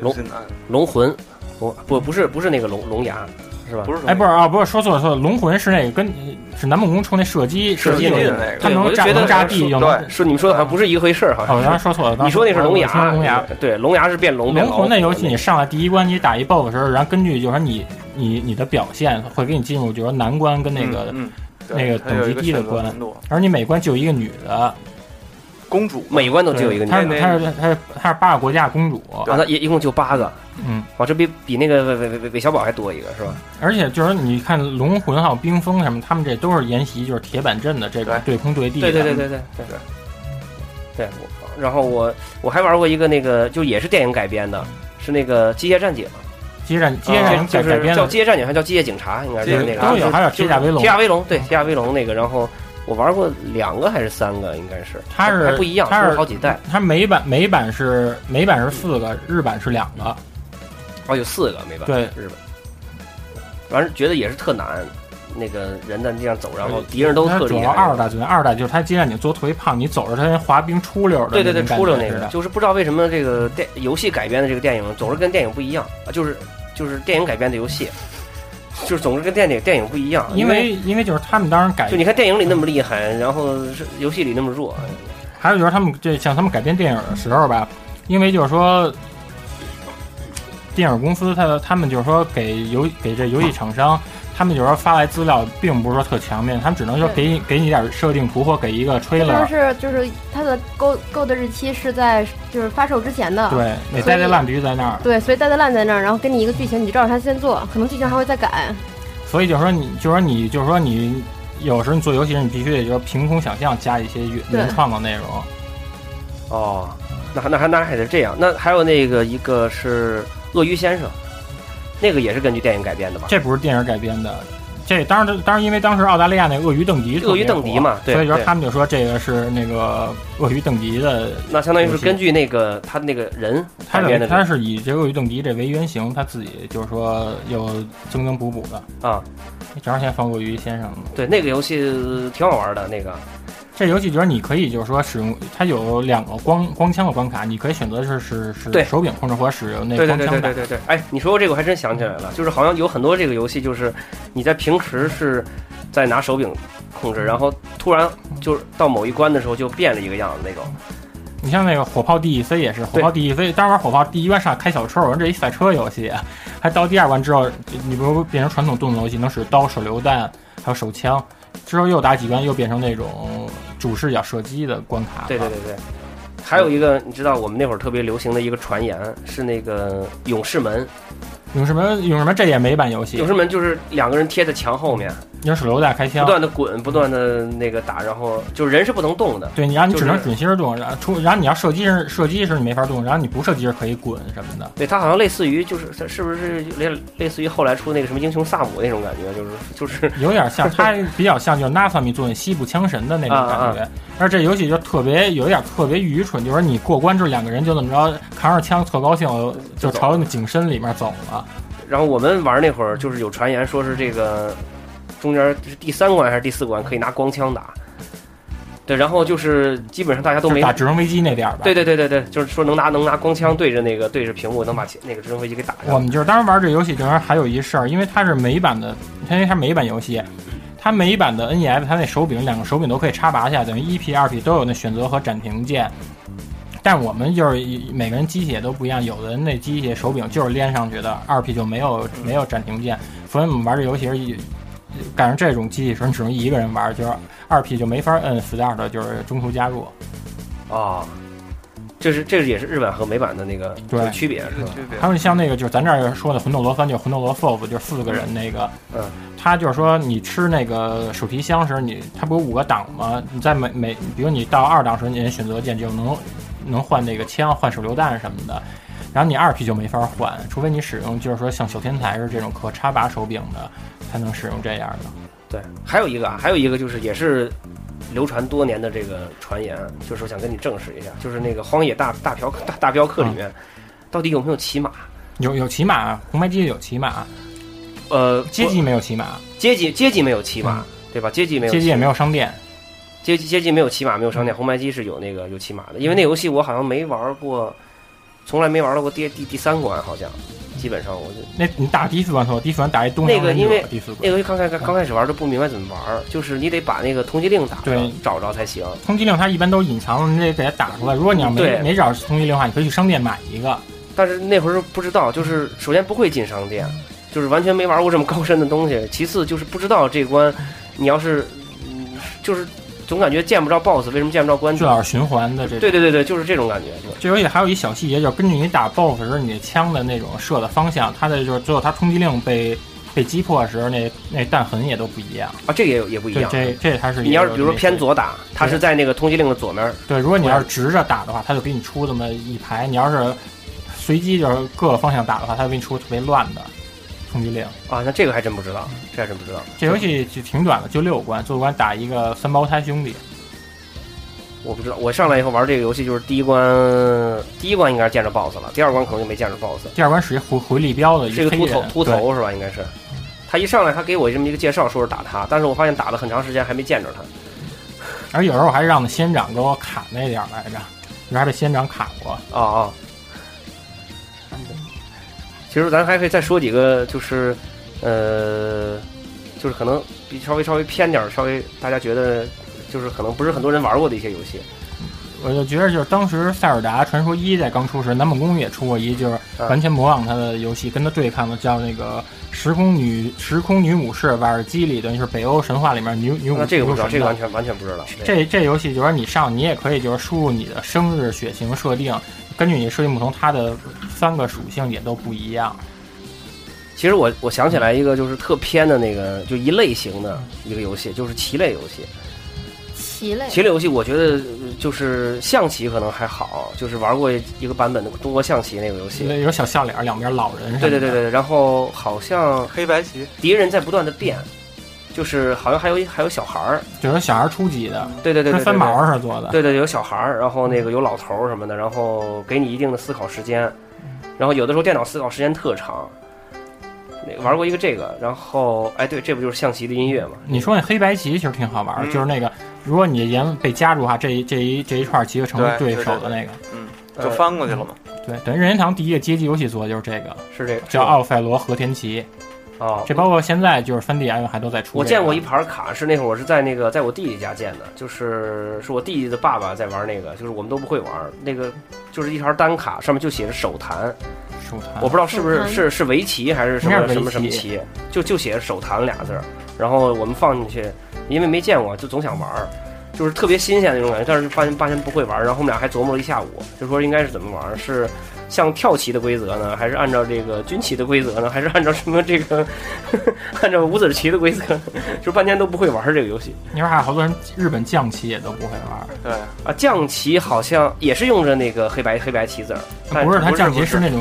A: 龙
B: 嗯哎现在
A: 龙魂，龙不不是不是那个龙龙牙，是吧？
B: 不是
C: 哎，不
B: 是
C: 是啊，不是说错了，说错了，龙魂是那个跟是南梦宫出那射击
A: 射击
C: 击
A: 那
C: 那
A: 个
C: 个，它
A: 对我
C: 能
A: 就
C: 炸
A: 觉得
C: 能炸地
A: 是
C: 又能。
B: 对
A: 是你们说的好像不是一个回事儿，好
C: 哦，我刚
A: 像
C: 才
A: 是。
C: 说错了，当
A: 你
C: 时
A: 说那是
C: 我
A: 龙
C: 我说
A: 牙，
C: 龙牙。
A: 对，龙牙是变龙变
C: 龙魂
A: 老
C: 那
A: 虎
C: 游戏，你上来第一关你打一 BOSS 的时候，然后根据就是说你你你的表现会给你进入，就是说难关跟那个，
B: 嗯，嗯
C: 那个
B: 对它有一
C: 等级低的
B: 选择
C: 关
B: 难度，
C: 而你每关只有一个女的，
B: 公主嘛
A: 每关都只哦有一个女的
C: 她是
B: 那
C: 她是她是她是八个国家公主，
A: 啊，那一一共就八个，
C: 嗯，
A: 哇，这比比那个韦韦韦韦小宝还多一个是吧？
C: 而且就是你看龙魂还有冰封什么，他们这都是沿袭就是铁板阵的这种对空对地的，
A: 对对对对对对对。对，我然后我我还玩过一个那个，就也是电影改编的，是那个《机械战警》，
C: 接着接着人
A: 嗯就
C: 啊改改
A: 是
C: 编
A: 叫
C: 的
A: 《机械战警》，还叫《机械警察》，应该是那个。
C: 都有，还有
A: 就
C: 铁
A: 是
C: 甲威龙
A: 铁，甲威龙，对，铁甲威龙那个，然后我玩过两个还是三个，应该是，
C: 它是
A: 还不一样，
C: 它
A: 出
C: 是
A: 了好几代，
C: 它美版美版是美版是四个，日版是两个。
A: 哦，有四个没办法，
C: 对
A: 日本，反正觉得也是特难，那个人在地上走，然后敌人都
C: 它
A: 特
C: 主
A: 厉
C: 要
A: 害，
C: 二代最难，二代就是它既然你做特别胖，你走着它跟滑冰出溜的
A: 对
C: 那种感觉似的，
A: 对对，出了那个，就是不知道为什么这个电游戏改编的这个电影总是跟电影不一样啊，就是就是电影改编的游戏，就是总是跟电影电影不一样，因
C: 因为因为就是他们当时改
A: 就，你看电影里那么厉害，然后是游戏里那么弱，
C: 还有就是他们这像他们改编电影的时候吧，因为就是说。电影公司，他他们就是说给游给这游戏厂商，他们就是说发来资料，并不是说特全面，他们只能说
D: 对
C: 给你给你点儿设定图或给一个
D: 但
C: trailer，
D: 是就是它的购购的日期是在就是发售之前的。
C: 对，那
D: 啊所以
C: deadline 必须在那儿。
D: 对，所以带的烂在那儿，然后给你一个剧情，你就照着它先做，可能剧情还会再改。
C: 所以就是说你，就是说你，就是说你，有时候你做游戏时，你必须得就是凭空想象加一些原
D: 对
C: 原创的内容。
A: 哦，那还那还那还得这样，那还有那个一个是《鳄鱼先生》，那个也是根据电影改编的吧？
C: 这不是电影改编的，这当然，当然，因为当时澳大利亚那个鳄鱼邓迪特别火，
A: 鳄鱼邓迪嘛对
C: 所以说
A: 对
C: 他们就说这个是那个鳄鱼邓迪的，
A: 那相当于是根据那个他那个人
C: 他
A: 改编的
C: 是他是以这个鳄鱼邓迪这为原型，他自己就是说又增增补补的。
A: 啊，
C: 正好先放鳄鱼先生嘛，
A: 对那个游戏挺好玩的那个，
C: 这游戏就是你可以就是说使用，它有两个光光枪的关卡，你可以选择是使
A: 对
C: 使手柄控制或使用那
A: 对
C: 个
A: 对对对
C: 光枪打
A: 对。对对，哎，你说这个我还真想起来了，就是好像有很多这个游戏，就是你在平时是在拿手柄控制，然后突然就是到某一关的时候就变了一个样子那种。
C: 你像那个火炮 DEC 也是，火炮 DEC 当时玩火炮第一关上开小车，我说这一赛车游戏，还到第二关之后，你不是变成传统动作游戏，能使刀、手榴弹还有手枪，之后又打几关又变成那种主视角射击的关卡了。
A: 对对对对，还有一个你知道我们那会儿特别流行的一个传言是那个勇士门，
C: 有什么有什么这也美版游戏
A: 勇，士门就是两个人贴在墙后面，
C: 用手榴弹开
A: 不
C: 枪。
A: 断的滚，不断的那个打，然后就是人是不能动的。
C: 对，你然后你
A: 就是
C: 只能准心儿动，然后出，然后你要射击时射击时你没法动，然后你不射击时可以滚什么的。
A: 对，它好像类似于就是它是不是类类似于后来出那个什么英雄萨姆那种感觉，就是 就是
C: 有点像，它比较像就是 NASA 米做那西部枪神的那种
A: 啊
C: 感觉。而这游戏就特别有一点特别愚蠢，就是你过关之后两个人就怎么着扛着枪特高兴，就朝那景深里面走了。
A: 然后我们玩那会儿，就是有传言说是这个中间是第三关还是第四关可以拿光枪打，对，然后就是基本上大家都
C: 就
A: 没
C: 是打直升飞机那点儿吧。
A: 对对对对对，就是说能拿能拿光枪对着那个对着屏幕能把其那个直升飞机给打
C: 我
A: 下。
C: 们就是当时玩这游戏，当然还有一事儿，因为它是美版的，因为它是美版游戏，它美版的 NES 它那手柄两个手柄都可以插拔下，等于一 P 二 P 都有那选择和暂停键。但我们就是一每个人机械都不一样，有的人那机械手柄就是连上去的，二 P 就没有没有暂停键，所以我们玩这游戏是一赶上这种机器时候，你只能一个人玩，就是二 P 就没法摁 start，就是中途加入。
A: 啊，这是这是也是日版和美版的那个
C: 对
A: 区别是吧？
B: 区别
C: 还有像那个，就是咱这儿说的魂斗罗三，就是魂斗罗 FOB，就是四个人那个，
A: 嗯，
C: 他就是说你吃那个手提箱时，你它不是五个档吗？你在每每，比如你到二档时，你的选择键就能能换那个枪、换手榴弹什么的，然后你二 P 就没法换，除非你使用就是说像小天才是这种可插拔手柄的，才能使用这样的。
A: 对，还有一个啊，还有一个就是也是流传多年的这个传言，就是我想跟你证实一下，就是那个《荒野大大嫖大大镖客》里面到底有没有骑马？
C: 有有骑马，红白机有骑马，
A: 呃，
C: 街机没有骑马，
A: 阶级阶级没有骑马，对吧？阶级没有
C: 街机也没
A: 有
C: 有商店。
A: 阶级阶级没有骑马，没有商店。红白机是有那个有骑马的，因为那游戏我好像没玩过，从来没玩到过第第第三关，好像基本上我就
C: 那你打第四关头，第四关打一东
A: 那
C: 洋
A: 个
C: 忍
A: 因为
C: 者，第四关
A: 那游戏刚开刚开始玩都不明白怎么玩，就是你得把那个通缉令打着
C: 对
A: 找着才行。
C: 通缉令它一般都隐藏了，你得给它打出来。如果你要没
A: 对
C: 没找通缉令的话，你可以去商店买一个。
A: 但是那会儿不知道，就是首先不会进商店，就是完全没玩过这么高深的东西。其次就是不知道这关，你要是嗯，就是总感觉见不着 BOSS，为什么见不着关
C: 就
A: 主？
C: 老是啊循环的这种。
A: 嗯对对对对，就是这种感觉。就
C: 这游戏还有一小细节，就是根据你打 BOSS 时你枪的那种射的方向，它的就是最后它通缉令被被击破时，那那弹痕也都不一样。
A: 啊，这个也有也不一
C: 对，
A: 样。
C: 这这它是一个
A: 你要是比如说偏左打，它是在那个通缉令的左面儿。
C: 对，如果你要是直着打的话，它就给你出这么一排；你要是随机就是各个方向打的话，它就给你出特别乱的通缉令。
A: 啊，那这个还真不知道，这还真不知道。
C: 这游戏就挺短的，就六关，最后关打一个三胞胎兄弟。
A: 我不知道，我上来以后玩这个游戏，就是第一关，第一关应该是见着 BOSS 了，第二关可能就没见着 BOSS。
C: 第二关是一回回力镖的，
A: 是一个
C: 黑
A: 秃头
C: 人
A: 秃
C: 对
A: 头是吧？应该是。他一上来，他给我这么一个介绍，说是打他，但是我发现打了很长时间还没见着他。
C: 而有时候我还让那仙人掌给我砍那点儿来着，有时候还被仙人掌砍过。
A: 哦哦。其实咱还可以再说几个，就是，呃，就是可能比稍微稍微偏点儿，稍微大家觉得就是可能不是很多人玩过的一些游戏。
C: 我就觉得就是当时《塞尔达传说一》在刚出时，南梦宫也出过一就是
A: 嗯
C: 完全模仿它的游戏，跟它对抗的叫那个时空女时空女武士瓦尔基里，等于是北欧神话里面女女武
A: 啊那
C: 士。
A: 这个不知道，
C: 女武神
A: 这个
C: 的
A: 完全完全不知道。对
C: 这这游戏就是你上，你也可以就是输入你的生日、血型设定，根据你的设定不同，它的三个属性也都不一样。
A: 其实我我想起来一个就是特偏的那个，就一类型的一个游戏，就是棋类游戏。
D: 棋类，
A: 棋类游戏，我觉得呃就是象棋可能还好，就是玩过一个版本的中国象棋那个游戏。
C: 有小笑脸，两边老人什么
A: 对
C: 的
A: 对对对，然后好像
B: 黑白棋
A: 敌人在不断的变，就是好像还有一还有小孩儿，
C: 就是小孩初级的，
A: 对对对对对
C: 跟
A: 对
C: 三毛似的做的，
A: 对对，有小孩儿，然后那个有老头儿什么的，然后给你一定的思考时间，
C: 嗯
A: 然后有的时候电脑思考时间特长。那个玩过一个这个，然后哎，对，这不就是象棋的音乐吗？
C: 你说那黑白棋其实挺好玩儿，
B: 嗯
C: 就是那个，如果你的言论被加入哈，这一这一这一串棋就成为
B: 对
C: 对手的那个。呃
B: 就翻过去了嘛。
C: 对，等于任天堂第一个街机游戏做的就是这个，
A: 是这个
C: 叫奥赛罗和田棋。
A: 哦，
C: 这包括现在就是三 D M 还都在出这个。
A: 我见过一盘卡，是那会儿我是在那个在我弟弟家见的，就是是我弟弟的爸爸在玩那个，就是我们都不会玩那个，就是一盘单卡，上面就写着手弹，
C: 手弹，
A: 我不知道是不
D: 手
A: 是
D: 弹
A: 是是围棋还是什
C: 啊应
A: 么
C: 该是
A: 什
C: 围
A: 么
C: 棋
A: 什么棋，就就写着手弹俩字儿，然后我们放进去，因为没见过，就总想玩儿，就是特别新鲜的那种感觉，但是发现发现不会玩儿，然后我们俩还琢磨了一下午，就说应该是怎么玩儿，是像跳棋的规则呢，还是按照这个军棋的规则呢， 还是按照什么这个 按照五子棋的规则呢， 就是半天都不会玩儿这个游戏
C: 那会儿还有好多人日本将棋也都不会玩儿，
B: 对，
A: 啊。将棋好像也是用着那个黑白黑白棋子儿，但
C: 不是它
A: 哎不是
C: 将棋
A: 不
C: 是
A: 是
C: 那种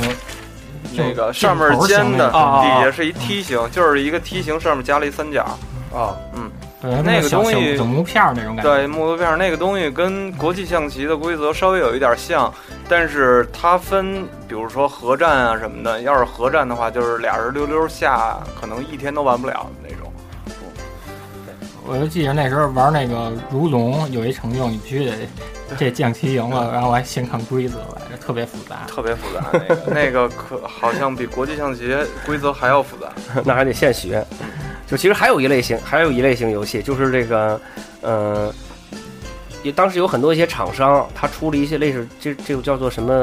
B: 那个
C: 这
B: 上
C: 种头
B: 面
C: 儿
B: 尖
C: 型
B: 的，
C: 那种
A: 啊
B: 底下是一梯形，就是一个梯形，上面加了一三角。
A: 哦，
C: 对跟
B: 那个
C: 呃小
B: 东
C: 小
B: 西
C: 小木片儿那种感觉。
B: 对，木头片儿那个东西跟国际象棋的规则稍微有一点像，但是它分，比如说核战啊什么的，要是核战的话，就是俩人溜溜下，可能一天都玩不了的那种。
C: 我就记着那时候玩那个如龙，有一成就你必须得这将棋赢
A: 嗯
C: 了，然后我还先看规则来着，特别复杂。
B: 特别复杂， 那个那个可好像比国际象棋规则还要复杂。
A: 那还得现学。就其实还有一类型，还有一类型游戏，就是这个，呃，也当时有很多一些厂商，他出了一些类似这这种叫做什么，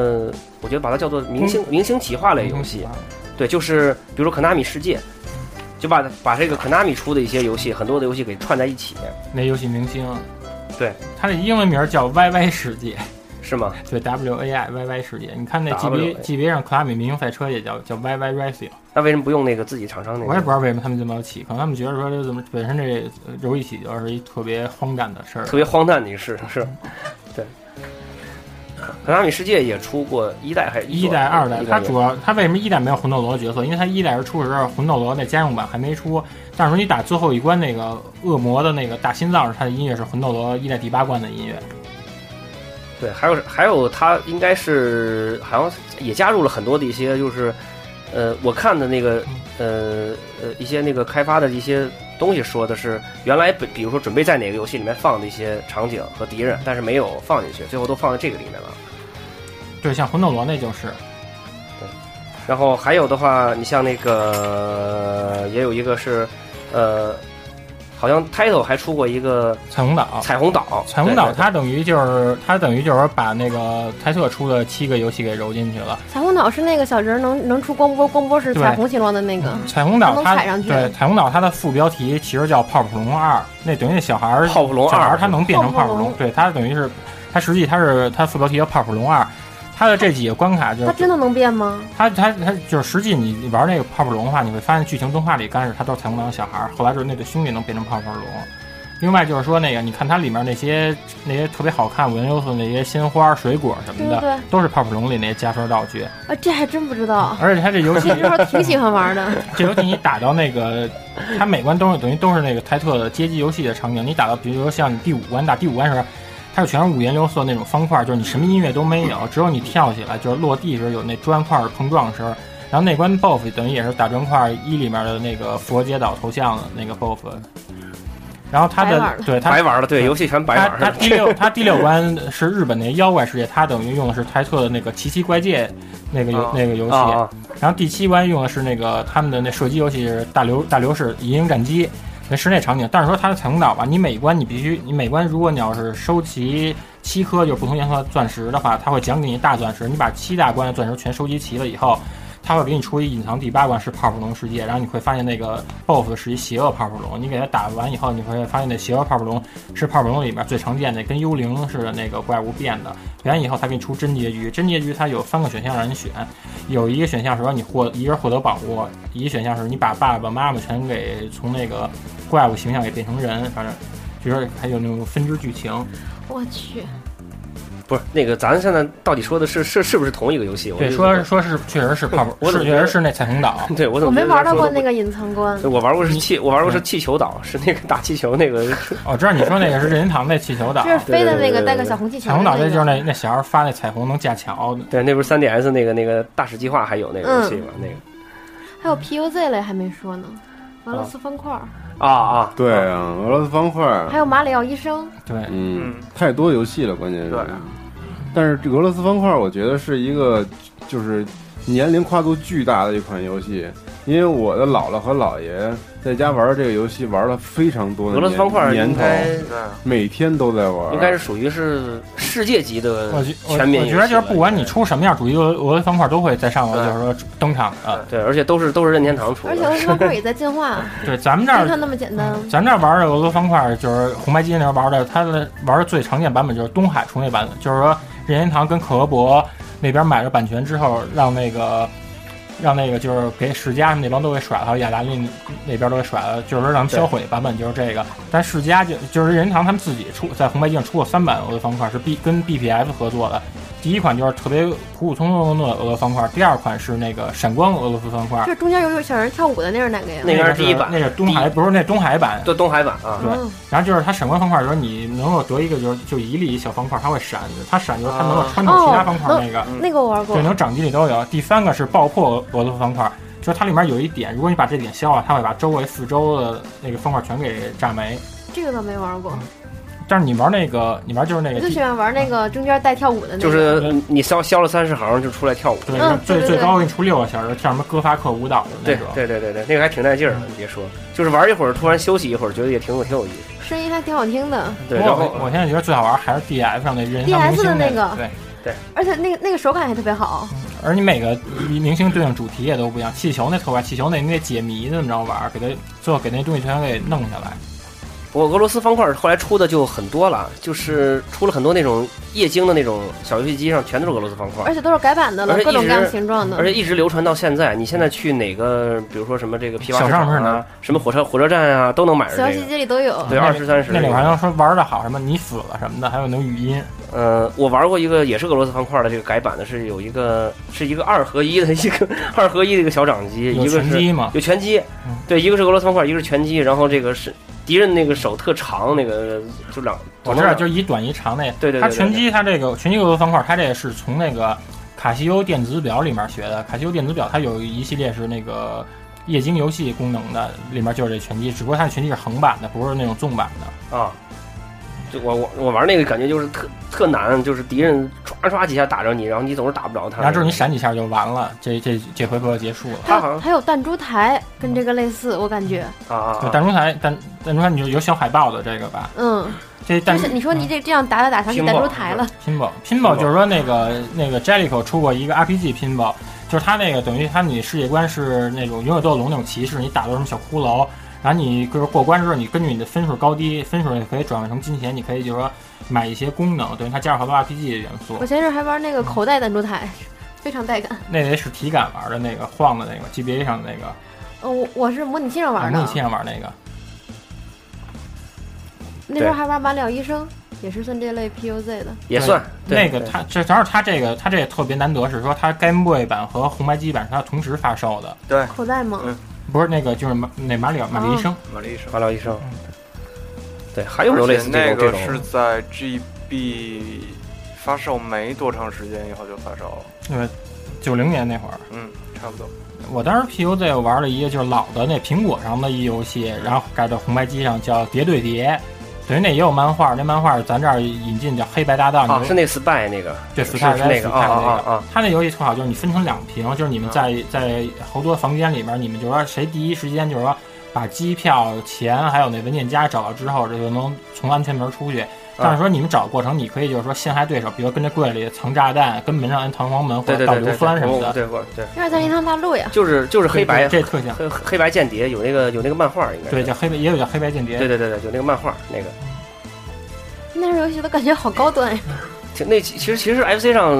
A: 我觉得把它叫做明
C: 嗯
A: 星、明星企划类游戏。对，就是比如说《可纳米世界》，就把把这个可纳米出的一些游戏，很多的游戏给串在一起，
C: 那游戏明星，
A: 对，
C: 它的英文名儿叫 YY 世界，
A: 是吗？
C: 对 W A I YY 世界。你看那
A: WAI
C: GB GB 上克拉米民营赛车也叫叫 YY Racing，
A: 那为什么不用那个自己厂商那个？
C: 我也不知道为什么他们这么起，可能他们觉得说这怎么本身这呃揉一起就是一特别荒诞的事儿
A: 特。别荒诞的一个事，是，对。可纳米世界也出过一代还是
C: 一代、二代，
A: 一
C: 它
A: 也
C: 主要它为什么一代没有魂斗罗的角色？因为它一代是出的时候，魂斗罗那家用版还没出，但是你打最后一关那个恶魔的那个大心脏，它的音乐是魂斗罗一代第八关的音乐。
A: 对，还有还有，他应该是好像也加入了很多的一些，就是呃，我看的那个呃呃一些那个开发的一些东西，说的是原来比比如说准备在哪个游戏里面放的一些场景和敌人，但是没有放进去，最后都放在这个里面了。
C: 对，像魂斗罗那就是，
A: 然后还有的话，你像那个也有一个是呃，好像 title 还出过一个
C: 彩虹岛。
A: 彩虹岛，
C: 哦彩虹岛
A: 对对
C: 它等于就是它等于就是把那个猜测出的七个游戏给揉进去了。
D: 彩虹岛是那个小人儿能能出光波，光波是
C: 对嗯
D: 彩虹形状的那个。
C: 彩虹岛
D: 嗯能
C: 它
D: 踩上去
C: 对彩虹岛它的副标题其实叫《泡泡龙二》，那等于那小孩儿
A: 泡泡龙
C: 小孩
A: 二
C: 儿，他能变成
D: 泡
C: 泡泡
D: 泡
C: 龙
D: 龙，
C: 对他等于是他实际他是他副标题叫泡泡龙二，他的这几个关卡就
D: 它真的能变吗？
C: 他他他就是实际你你玩那个泡泡龙的话，你会发现剧情动画里刚开始他都是彩虹岛的小孩儿，后来就是那对兄弟能变成泡泡龙。另外就是说那个，你看它里面那些那些特别好看、文优秀的那些鲜花、水果什么的，
D: 对对
C: 都是泡泡龙里那些加分道具。
D: 啊，这还真不知道。
C: 而且它这游戏
D: 这时候挺喜欢玩的，
C: 这游戏你打到那个，它每关都是等于都是那个泰特的街机游戏的场景。你打到比如说像你第五关，打第五关时，它是全是五颜六色那种方块，就是你什么音乐都没有，只有你跳起来就是落地时候有那砖块碰撞声。然后那关 BOSS 等于也是打砖块一里面的那个佛街岛头像的那个 BOSS。然后它
D: 白玩
C: 的
D: 了
C: 对它
A: 白玩了，对，游戏全白
C: 他
A: 玩
C: 他
A: 了。
C: 第六他第六关是日本那妖怪世界，他等于用的是泰特的那个奇奇怪界那个游、
B: 啊
C: 那个游戏，
A: 啊，
C: 然后第七关用的是那个他们的那射击游戏是大流大流式银鹰战机，那室内场景。但是说它是彩虹岛吧，你每关你必须你每关如果你要是收集七颗就是不同颜色的钻石的话，它会奖给你大钻石。你把七大关的钻石全收集齐了以后，它会给你出一隐藏第八关是泡泡龙世界，然后你会发现那个 BOSS 是一邪恶泡泡龙，你给它打完以后，你会发现那邪恶泡泡龙是泡泡龙里面最常见的跟幽灵似的那个怪物变的。变完以后，它给你出真结局，真结局它有三个选项让你选，有一个选项是让你获一个人获得宝物，一个选项是你把爸爸妈妈全给从那个怪物形象给变成人，反正就是还有那种分支剧情。
D: 我去，
A: 不是那个，咱现在到底说的是是是不是同一个游戏？我
C: 对，
A: 就
C: 说说是确实是泡沫，
A: 我怎
C: 是
A: 么，
C: 确实是那彩虹岛
A: 对我怎
D: 我
A: 么
D: 没
A: 觉得
D: 玩
A: 他
D: 到
A: 说
D: 过
A: 的
D: 那个隐藏关
A: 不，对我玩过是气，我玩
C: 嗯
A: 过是气球岛， 是那个打气球那个，
C: 我知哦道你说那个是任天堂那气 球岛
D: 就，是飞的
A: 对对
D: 那
A: 对
D: 个
A: 对
D: 带个小红气球
C: 彩虹
D: 的
C: 岛
D: 那
C: 那
D: 个。
C: 就是那那小孩发那彩虹能架桥的，
A: 对，那不是三 DS 那个那个大使计划还有那个游戏嘛？
D: 嗯
A: 那个
D: 还有 PUZ 嘞，还没说呢。俄罗斯方块儿，
A: 啊啊，
E: 对啊，俄罗斯方块儿，
D: 还有马里奥医生，
C: 对，
E: 嗯
B: 嗯，
E: 太多游戏了，关键是。
B: 对
E: 但是这俄罗斯方块，我觉得是一个就是年龄跨度巨大的一款游戏，因为我的姥姥和姥爷在家玩这个游戏玩了非常多的
A: 俄罗斯方块
E: 年
A: 应
E: 头，
A: 该
B: 对，
E: 每天都在玩。
A: 应该是属于是世界级的
C: 我觉我
A: 全民
C: 我
A: 游戏了。
C: 觉得就是不管你出什么样主义，俄俄罗斯方块都会在上面就是说登场呃的。
A: 对，而且都是都是任天堂出
D: 而且俄罗
A: 的，
D: 斯方块儿也在进化，
C: 对，咱们这
D: 就
C: 儿嗯
D: 像那么简单。
C: 咱这儿玩的俄罗斯方块就是红白机那时候玩的，它的玩的最常见版本就是东海出那版本，就是说任天堂跟可和博那边买了版权之后，让那个让那个就是给世嘉那帮都给甩了，还有雅达利那边都给甩了，就是说让他们销毁版本就是这个。但世嘉就就是任天堂他们自己出在红白机上出过三版俄罗斯方块，是 B 跟 BPF 合作的。第一款就是特别普普通通的俄罗斯方块，第二款是那个闪光俄罗斯方块，
D: 这中间有有小人跳舞的那是哪个呀？
A: 那个
C: 个
A: 是第一版
C: 那是东海不是那东海版，
A: 对东海版啊，
C: 对
D: 嗯
C: 然后就是它闪光方块的时候，你能够得一个就是就一粒一小方块，它会闪，它闪就是它能够穿透其他方块那个，
D: 那个我玩过
C: 对，，能掌机里都有。第三个是爆破俄罗斯方块，就是它里面有一点，如果你把这点消了，它会把周围四周的那个方块全给炸没。
D: 这个倒没玩过。
C: 但是你玩那个，你玩就是那
D: 我
C: 个
D: 就
C: 地
D: 喜欢玩那个中间带跳舞的
C: 嗯
D: 那个。
A: 就是你消消了三十行就出来跳舞。
C: 对，
D: 嗯
C: 最
D: 对对
C: 最
D: 对
C: 高给你出六个小时，跳什么哥发克舞蹈的那
A: 对
C: 种。
A: 对对对对，那个还挺带劲儿的，你别说，就是玩一会儿，突然休息一会儿，觉得也挺有挺有意思。
D: 声音还挺好听的，
A: 对，
C: 不
A: 然
C: 过
A: 后
C: 我我现在觉得最好玩还是 DS 上那人
D: DS 的
C: 那
D: 那个
C: 对，
D: 而且那个那个手感也特别好。
C: 而你每个明星对应主题也都不一样。气球那特快，气球那你得解谜怎么着玩儿，给它最后给那东西全给弄下来。
A: 我俄罗斯方块后来出的就很多了，就是出了很多那种液晶的那种小游戏机上全都是俄罗斯方块
D: 而，且都是改版的
A: 而
D: 了
A: 且，
D: 各种
A: 一
D: 各
A: 直
D: 样形状的
A: 而。且一直流传到现在。你现在去哪个，比如说什么这个批发市
C: 小
A: 场
C: 上市
A: 啊
C: 呢，
A: 什么火车火车站啊，都能买着
D: 小游
A: 这
D: 戏
A: 个。
D: 机里都有。
A: 对，
C: 那
A: 二
C: 里
A: 十三十。
C: 那里好像说玩的好什么你死了什么的，还有那语音。
A: 呃，我玩过一个也是俄罗斯方块的这个改版的，是有一个是一个二合一的一个二合一的一个小掌机，一
C: 有
A: 个
C: 拳
A: 是
C: 击嘛？
A: 有拳击
C: 嗯，
A: 对，一个是俄罗斯方块，一个是拳击，然后这个是敌人那个手特长，那个就两，
C: 我知道，就是一短一长那。
A: 对对对对
C: 它拳击它这个拳击俄罗斯方块，它这个是从那个卡西欧电子表里面学的。卡西欧电子表它有一系列是那个液晶游戏功能的，里面就是这拳击，只不过它的拳击是横版的，不是那种纵版的。
A: 啊，就我我我玩那个感觉就是特特难，就是敌人唰唰几下打着你，然后你总是打不着他，
C: 然后就是你闪几下就完了，这这这回合结束了。
D: 还
A: 它好
D: 有
A: 像
D: 还有弹珠台，跟这个类似，我感觉，
A: 啊啊
C: 对，
A: 啊，
C: 弹珠台弹弹珠台，你就有小海报的这个吧？
D: 嗯，
C: 这
D: 就
C: 弹
D: 是你说你这这样打打打，想起
A: 嗯屏
D: 弹
A: 幕嗯
D: 珠台了，
C: pinball pinball 就是说那个那个 Jellico 出过一个 RPG pinball，就是它那个等于它你世界观是那种永远斗龙那种骑士，你打到什么小骷髅，然后你就是过关之后，你根据你的分数高低，分数也可以转换成金钱，你可以就是说买一些功能，等于它加入好多 RPG 的元素
D: 我。前阵还玩那个口袋弹珠台，非常带感。
C: 那得是体感玩的那个晃的那个 GBA 上的那个，
D: 呃我我是模拟器上
C: 啊
D: 玩
C: 模
D: 的
C: 拟，器上玩那个。
D: 那时候还玩马里奥医生，也是算这类 PUZ 的。
A: 也算对
C: 那个它这正好它这个它这也特别难得是说它 Game Boy 版和红白机版是它同时发售的，
D: 口袋吗？
B: 嗯
C: 不是那个就是马那马里奥马里医生。
B: 玛丽莎。
A: 马里奥医生
C: 嗯，
A: 对，还有没有类似这
B: 那
A: 种这
B: 个
A: 种
B: 是在 GB 发售没多长时间以后就发售了，
C: 对，九零年那会儿，
B: 嗯，差不多。
C: 我当时 PUZ 玩了一个就是老的那苹果上的一游戏，然后改到红白机上叫《叠对叠》，等于那也有漫画，那漫画咱这儿引进叫《黑白搭档》
A: 啊？
C: 你
A: 是
C: 就
A: 那 spy 那个
C: 对，
A: 是
C: 死泰
A: 是那个
C: 个
A: 啊啊啊啊！
C: 他那游戏特好，就是你分成两屏，就是你们在
A: 嗯
C: 在好多房间里面，你们就说谁第一时间就是说把机票、钱还有那文件夹找到之后，这就能从安全门
A: 嗯
C: 出去。但是说你们找过程，你可以就是说陷害对手，比如跟这柜里藏炸弹，跟门上安弹簧门或
A: 对
C: 者
A: 对
C: 倒
A: 对对
C: 硫，酸什么的，
A: 对我对，
D: 有点像一趟大陆呀。
A: 就是就是黑白
C: 这特像。
A: 黑黑白间谍有那个有那个漫画应该是
C: 对，叫黑白，也有叫黑白间谍。
A: 对对对对，有那个漫画那个。
D: 那时候游戏都感觉好高端呀。
A: 挺那其其实其实 FC 上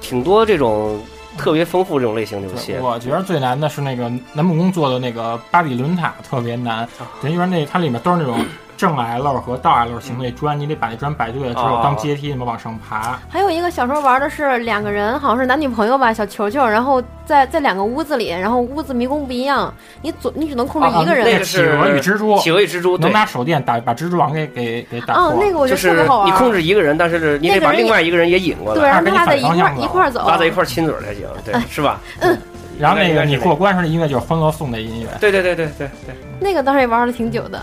A: 挺多这种特别丰富这种类型的游戏
C: 对，，我觉得最
A: 啊
C: 难的是那个南木工做的那个巴比伦塔特别难，等于说那它里面都是那种正 L 和倒 L 形成那砖，你得把那砖摆对了之后
A: 哦
B: 啊
C: 当阶梯那么往上爬。
D: 还有一个小时候玩的是两个人，好像是男女朋友吧，小球球，然后在在两个屋子里，然后屋子迷宫不一样，你总你只能控制一个
C: 啊
D: 人。
C: 那
A: 个
C: 企鹅与蜘
A: 企
C: 蛛，
A: 鹅与蜘蛛，对
C: 能，拿手电打把蜘蛛网给给给打
D: 哦，
C: 破。
D: 那个我觉
A: 就
D: 得特
A: 是
D: 别好玩。
A: 你控制一个人，但是你得把
D: 那个人也
A: 另外一个人也引过
D: 对，
A: 来，
D: 哎然后
C: 跟你
D: 他在
C: 反
D: 一块儿
C: 方向走
D: 一块儿走，
A: 拉在一块儿亲嘴儿才行，对，是吧？
C: 然后
A: 那
C: 那个
A: 个
C: 你过关时候那音乐就是欢乐颂的音乐，
A: 对对对对对对，
D: 那个当时也玩了挺久的。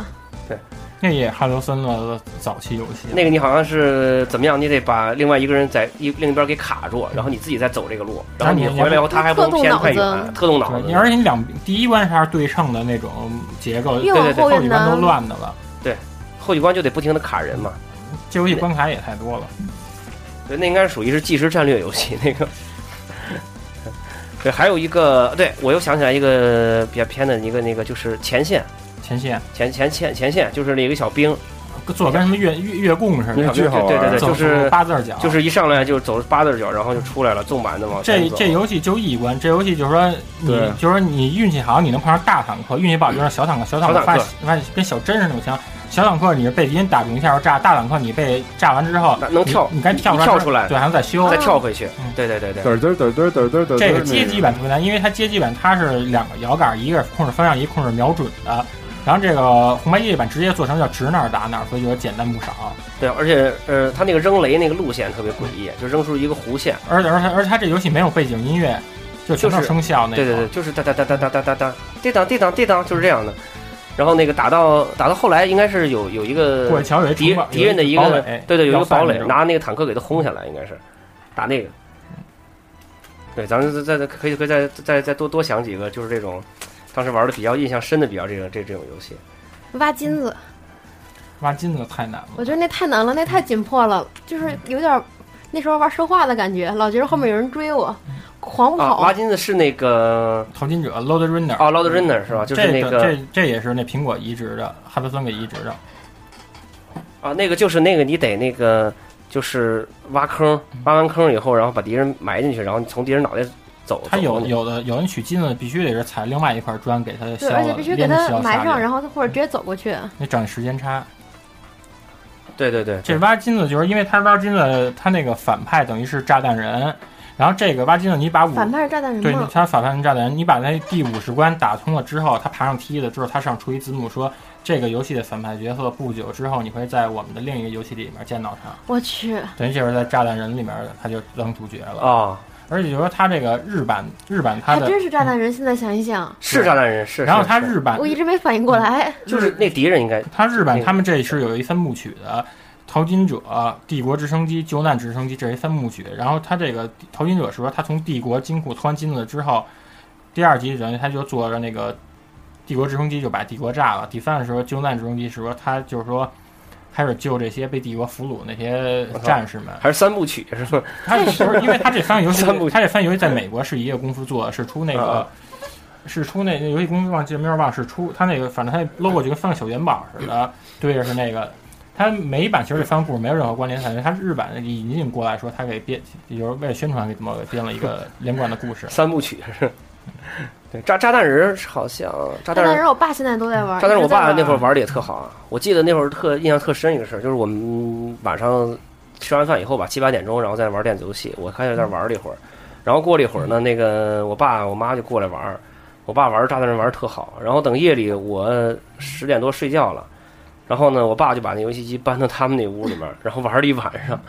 C: 那也汉罗森的早期游戏。啊
A: 那个你好像是怎么样？你得把另外一个人在一另一边给卡住，然后你自己再走这个路，然后你回来以后他还不能偏太远，特动脑
C: 对，
A: 子
C: 你。而且你两第一关是还是对称的那种结构，
A: 对
D: 越往
A: 对对
D: 后
C: 后
D: 越
C: 几关都
D: 难。
C: 乱的了。
A: 后几关就得不停的卡人嘛，
C: 这游戏关卡也太多了。
A: 对，那应该是属于是即时战略游戏那个。对，还有一个，对我又想起来一个比较偏的一个那个，就是前线，
C: 前线
A: 前前前前线就是那个小兵，
C: 做跟什么月月月供似
E: 那
C: 的，
E: 巨好玩
A: 对对对，
C: 走
A: 就是
C: 八字儿角，
A: 就是一上来就走八字角，然后就出来了，纵板的往前
C: 这
A: 走。
C: 这游戏就一关，这游戏就是说你
E: 对
C: 就是说你运气好，你能碰上大坦克；运气不好就让小坦克。小坦克
A: 小
C: 发
A: 坦克
C: 发跟小针似的那种枪，小坦克你是被敌人打中一下就炸，大坦克你被炸完之后
A: 那能跳
C: 你你该跳
A: 跳出来
C: 对，还能再修
A: 再。跳回去，
C: 嗯
A: 对对对对，
E: 嘚嘚嘚嘚嘚嘚嘚。
C: 这个街机版特别难，因为它街机版它是两个摇杆，一个是控制方向，一个控制瞄准的。然后这个红白机版直接做成叫指哪儿打哪儿，所以就简单不少。
A: 对，而且呃，他那个扔雷那个路线特别诡异，就扔出一个弧线，
C: 而且而且而且它这游戏没有背景音乐，就全靠
A: 就是
C: 声效那种。
A: 对对对，就是哒哒哒哒哒哒哒哒，滴当滴当滴当，就是这样的。然后那个打到打到后来，应该是有有一
C: 过
A: 个
C: 桥有一
A: 敌
C: 城堡
A: 敌人的一个
C: 堡垒，哎
A: 对对，有一
C: 要
A: 个
C: 塞
A: 堡垒
C: 那，种
A: 拿那个坦克给他轰下来，应该是打那个。对，咱们再再可以可以再再再多多想几个，就是这种当时玩的比较印象深的比较这个这这种游戏。
D: 挖金子，
C: 挖金子太难了。
D: 我觉得那太难了，那太紧迫了，就是有点儿那时候玩生化的感觉，老觉得后面有人追我，狂
A: 啊，挖
D: 跑。
A: 金子是那个
C: 淘金者 Load Runner
A: 哦 l o d Runner 是吧？就是那
C: 嗯这
A: 个
C: 这这也是那苹果移植的，哈德森给移植的。
A: 啊，那个就是那个，你得那个就是挖坑，
C: 嗯
A: 挖完坑以后，然后把敌人埋进去，然后你从敌人脑袋走。
C: 他有
A: 走
C: 有的有人取金子必须得是踩另外一块砖给它
D: 对，
C: 削了，
D: 而且必须给
C: 连着
D: 它
C: 削
D: 埋
C: 下
D: 上，
C: 来
D: 然后或者直接走过去。
C: 那找那时间差。
A: 对对对，
C: 这挖金子就是因为他挖金子，他那个反派等于是炸弹人，然后这个挖金子你把五
D: 反派是炸弹
C: 对
D: 人吗？
C: 他反派炸弹，你把那第五十关打通了之后，他爬上梯子之后，他上出一字幕说这个游戏的反派角色不久之后你会在我们的另一个游戏里面见到他，
D: 我去，
C: 等于就是在炸弹人里面他就当主角了。
A: 啊，
C: 而且就是说他这个日版日版他
D: 还
C: 的，
D: 真是炸弹人。现在想一想，
A: 是炸弹人是。
C: 然后
A: 是
C: 他
A: 是
C: 日版
D: 我一直没反应过来。
A: 就是那敌人应该
C: 他日版
A: 那个
C: 他们这是有一三部曲的。淘金者、帝国直升机、救难直升机，这是一三部曲。然后他这个淘金者是说，他从帝国金库偷完金子之后，第二集人他就坐着那个帝国直升机就把帝国炸了。第三的时候，救难直升机是说他就是说开始救这些被帝国俘虏那些
A: 我操
C: 战士们。
A: 还是三部曲是吧？
C: 他这时候，因为他这三个游戏
A: 三部，曲
C: 他这三个游戏在美国是一个公司做，的，是出那个
A: 啊，。
C: 是出那那游戏公司忘记了名儿忘了，是出他那个，反正他 logo 就跟放小元宝似的，对着是那个。他美版其实这三个故事没有任何关联，反正他日版引进过来说，他给编，就是为了宣传给怎么给编了一个连贯的故事
A: 三部曲是。对，炸炸弹人是好像炸
D: 炸
A: 弹
D: 弹
A: 人
D: 人，我爸现在都在玩。
A: 炸弹人，
D: 一
A: 我
D: 直在
A: 爸那会儿
D: 玩
A: 玩的也特好啊。我记得那会儿特印象特深一个事儿，就是我们晚上吃完饭以后吧，七八点钟，然后再玩电子游戏。我开始在那玩了一会儿，然后过了一会儿呢，那个我爸我妈就过来玩儿。我爸玩炸弹人玩得特好，然后等夜里我十点多睡觉了，然后呢，我爸就把那游戏机搬到他们那屋里面，然后玩了一晚上，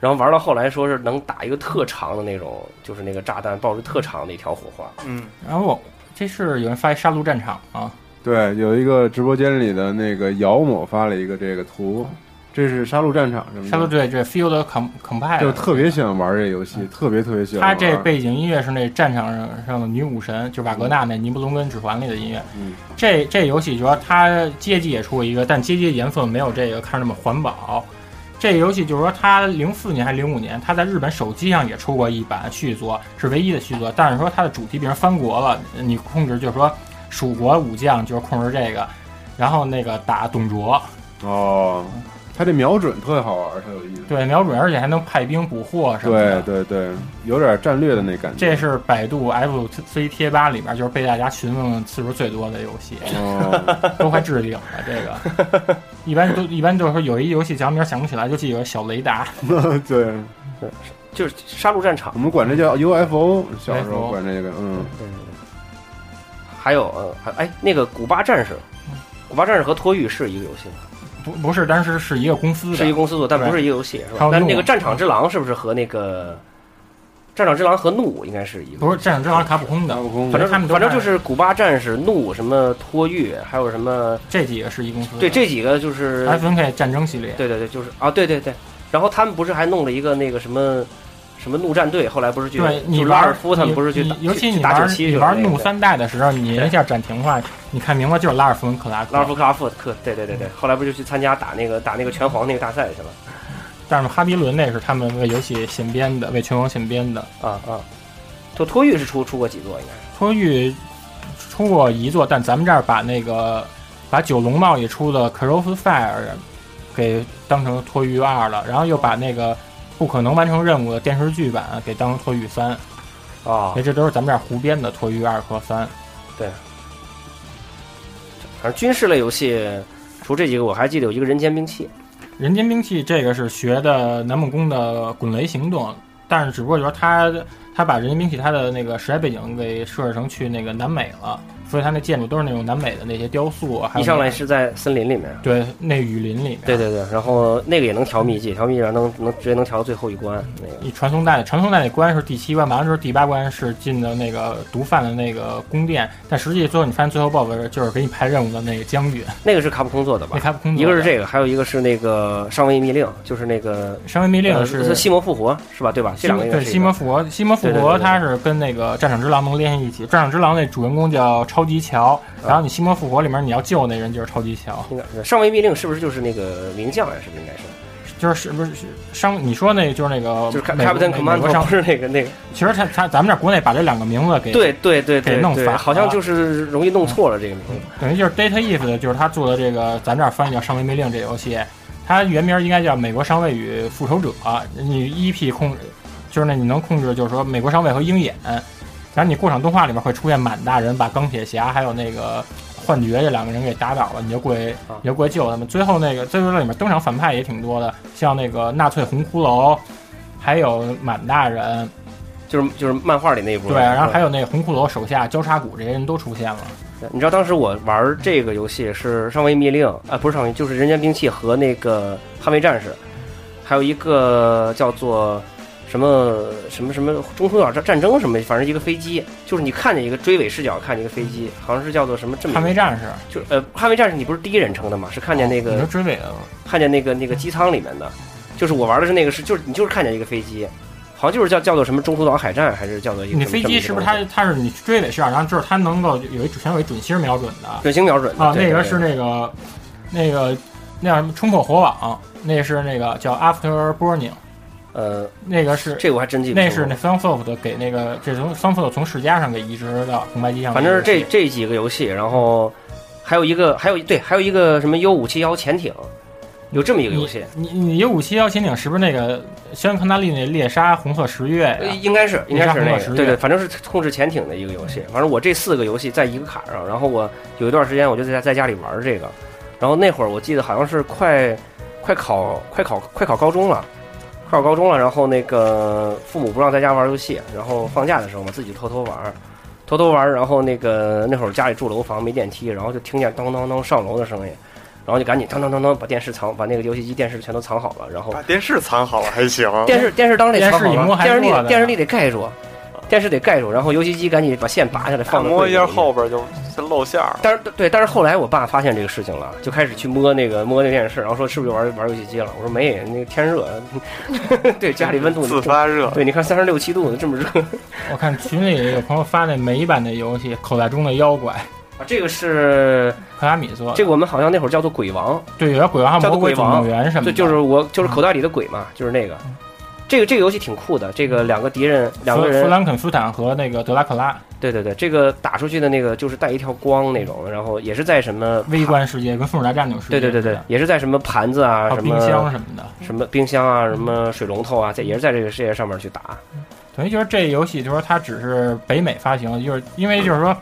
A: 然后玩到后来说是能打一个特长的那种，就是那个炸弹爆出特长的一条火花。
B: 嗯，
C: 然后我这是有人发一杀戮战场啊，
E: 对，有一个直播间里的那个姚某发了一个这个图，这是杀戮战场什么的，
C: 杀戮对这 Field Com Compile
E: 就特别喜欢玩这游戏，特别特别喜欢
C: 他
E: 玩。
C: 这背景音乐是那战场上的女武神，就是瓦格纳那《尼布龙根指环》里的音乐。
E: 嗯
C: 这这游戏主要它街机也出过一个，但街机颜色没有这个看着那么环保。这个游戏就是说，它零四年还是零五年，它在日本手机上也出过一版续作，是唯一的续作。但是说它的主题变成翻国了，你控制就是说蜀国武将就是控制这个，然后那个打董卓，
E: 哦，他这瞄准特好玩，特有意思。
C: 对瞄准，而且还能派兵捕获什么的。
E: 对对对，有点战略的那感觉。
C: 这是百度 FC 贴吧里面就 是被大家询问次数最多的游戏，
E: 哦，
C: 都快置顶了。这个一般都一般就是说有一游戏讲名想不起来，就记个小雷达。
E: 对，
A: 就是杀戮战场
E: 我，们管这叫 UFO，小时候管这个，嗯，
A: 还有呃，还哎那个古巴战士，
C: 嗯
A: 古巴战士和托育是一个游戏吗，
C: 不不是，但是是一个公司的，
A: 是一个公司做，但
C: 对
A: 不是一个游戏，是
C: 还
A: 吧
C: 有？
A: 但
C: 怒
A: 那个战场之狼是不是和那个战场之狼和怒应该是一个？
C: 不是战场之狼卡普空的
E: 大，悟空
A: 反正
C: 他们都
A: 反正
C: 卖
A: 就是古巴战士、怒什么托育，还有什么
C: 这几个是一公司的。
A: 对这几个就是，
C: F N K 战争系列，
A: 对对对，就是啊，对对对。然后他们不是还弄了一个那个什么什么怒战队，后来不是去
C: 对你
A: 就
C: 玩
A: 拉尔夫他们
C: 你
A: 不是去
C: 你
A: 打
C: 尤其
A: 去
C: 你
A: 打
C: 玩
A: 九七
C: 你
A: 去
C: 玩怒三代的时候，你一下暂停的话，你看明白就是拉尔夫跟克拉克。
A: 拉尔夫克拉夫克，对对对
C: 嗯
A: 对，后来不就去参加打那个打那个拳皇那个大赛去了
C: 但是哈迪伦那是他们为游戏现编的，为拳王现编的。
A: 啊啊。托托育是出出过几座应该是
C: 托育出过一座，但咱们这儿把那个把九龙贸易出的《Cross Fire》给当成托育二了，然后又把那个不可能完成任务的电视剧版给当托育三，
A: 啊
C: 所以，这都是咱们这儿胡编的托育二和三。
A: 反正军事类游戏除这几个我还记得有一个人间兵器，
C: 人间兵器这个是学的南梦宫的滚雷行动，但是只不过就是他他把人间兵器他的那个时代背景给设置成去那个南美了，所以他那建筑都是那种南美的那些雕塑啊。还
A: 一
C: 有
A: 上
C: 那
A: 来是在森林里面。
C: 对那雨林里面，
A: 对对对，然后那个也能调秘籍，调秘籍然后能能直接能调到最后一关那个。
C: 你传送带，传送带那关是第七关，完了之后第八关是进的那个毒贩的那个宫殿，但实际最后你发现最后 BOSS 就是给你排任务的那个将军，
A: 那个是卡普空做的吧
C: 那？开不空
A: 一个是这个，还有一个是那个上位密令，就是那个
C: 商业密令
A: 呃
C: 是
A: 西摩复活是吧？对吧？这两个应该
C: 对
A: 是一个
C: 西摩复活，西摩复
A: 对对对
C: 活
A: 对
C: 它是跟那个战场之狼能联系一起。战场之狼那主人公叫超级
A: 啊
C: 乔，然后你西摩复活里面你要救那人就是超级乔，
A: 应该是上位密令是不是就是那个名将呀？是不是应该是？
C: 就是是不是是商？你说那就是那个
A: 就是
C: 哦美国
A: Captain
C: 美国
A: Commando
C: 商
A: 不？是那个那个？
C: 其实他他咱们这国内把这两个名字给
A: 对对对
C: 给
A: 对
C: 弄
A: 对，
C: 反了
A: 好像就是容易弄错了这个名字。
C: 等于就是 Data If 的，就是他做的这个，咱这儿翻译叫《上位密令》这游戏，它原名应该叫《美国上尉与复仇者》。啊你一 P 控制，就是那你能控制，就是说美国上尉和鹰眼，然后你过场动画里面会出现满大人把钢铁侠还有那个幻觉这两个人给打倒了，你就过去
A: 啊
C: 你就过去救他们。最后那个最后里面登场反派也挺多的，像那个纳粹红骷髅，还有满大人，
A: 就是就是漫画里那一部分。
C: 对，然后还
A: 有
C: 有那个红骷髅手下交叉骨这些人都出现了。
A: 你知道当时我玩这个游戏是上位密令啊、不是上位，就是人间兵器和那个捍卫战士，还有一个叫做。什么什么什么中途岛战战争什么，反正一个飞机，就是你看见一个追尾视角看见一个飞机，好像是叫做什么这么一个
C: 捍卫战哦士，
A: 就是呃，捍卫战士你不是第一人称的嘛？是看见那
C: 你
A: 个、
C: 说追尾了。
A: 看见那个那个机舱里面的，就是我玩的是那个是就是你就是看见一个飞机，好像就是叫叫做什么中途岛海战还是叫做一个
C: 你
A: 什么
C: 飞
A: 这么一
C: 机
A: 个
C: 是不是
A: 东
C: 它
A: 西
C: 它是你追尾视啊角，然后之后它能够有一首先有一准星瞄准的啊，
A: 准星瞄准的对
C: 那个
A: 对
C: 是
A: 对
C: 那个那个那叫什么冲破火网，那是那个叫 After Burning，
A: 呃，
C: 那个是
A: 这我还真记不
C: 那
A: 清
C: 是
A: 楚
C: 那 Sunsoft 给那个这从 Sunsoft 从世嘉上给移植到红白机上的
A: 反
C: 游戏，
A: 正是这这几个游戏，然后还有一个还有对还有一个什么 U 五七幺潜艇，有这么一个游戏，
C: 你你有武器要潜艇是不是那个肖恩康纳利那猎杀红色十月呀、
A: 呃应该是应该是
C: 红
A: 那
C: 色
A: 个
C: 十
A: 对
C: 月
A: 对，反正是控制潜艇的一个游戏。反正我这四个游戏在一个卡上，然后我有一段时间我就在在家里玩这个，然后那会儿我记得好像是快快考快考快考高中了。快考高中了，然后那个父母不让在家玩游戏，然后放假的时候嘛，自己偷偷玩，偷偷玩，然后那个那会儿家里住楼房没电梯，然后就听见当当当上楼的声音，然后就赶紧当当当当把电视藏，把那个游戏机电视全都藏好了，然后
B: 把电视藏好了还行。
A: 电视电视当时得藏好
C: 电视荧幕
A: 了，
C: 还
A: 啊电视
C: 弱
A: 得
C: 的
A: 电视里得盖住，电视得盖住，然后游戏机赶紧把线拔下来
B: 按
A: 放到
B: 摩一下
A: 柜子里
B: 后。边就就露馅儿了。
A: 但是对，但是后来我爸发现这个事情了，就开始去摸那个摸那电视，然后说是不是玩玩游戏机了？我说没，那个天 热，对家里温度
B: 自发热，
A: 对，你看三十六七度呢，这么热
C: 我看群里有朋友发那美版的游戏《口袋中的妖怪》，
A: 啊！这个是
C: 克拉米做的，
A: 这个我们好像那会儿叫做鬼王，
C: 对，有点鬼王还有
A: 叫做
C: 魔鬼
A: 鬼
C: 总
A: 王
C: 动员什么的，嗯
A: 对，就是我就是口袋里的鬼嘛，就是那个。这个这个游戏挺酷的，这个两个敌人两个
C: 弗
A: 人
C: 弗兰肯斯坦和那个德拉克拉
A: 对对对，这个打出去的那个就是带一条光那种，然后也是在什么
C: 微观世界跟松鼠大战那种世界
A: 对
C: 似
A: 对
C: 的，
A: 对对，也是在什么盘子啊，
C: 还有
A: 什么
C: 冰箱嗯什么的。
A: 什么冰箱啊，什么水龙头啊，在也是在这个世界上面去打。
C: 等于就是这游戏，就是说它只是北美发行，就是因为就是说，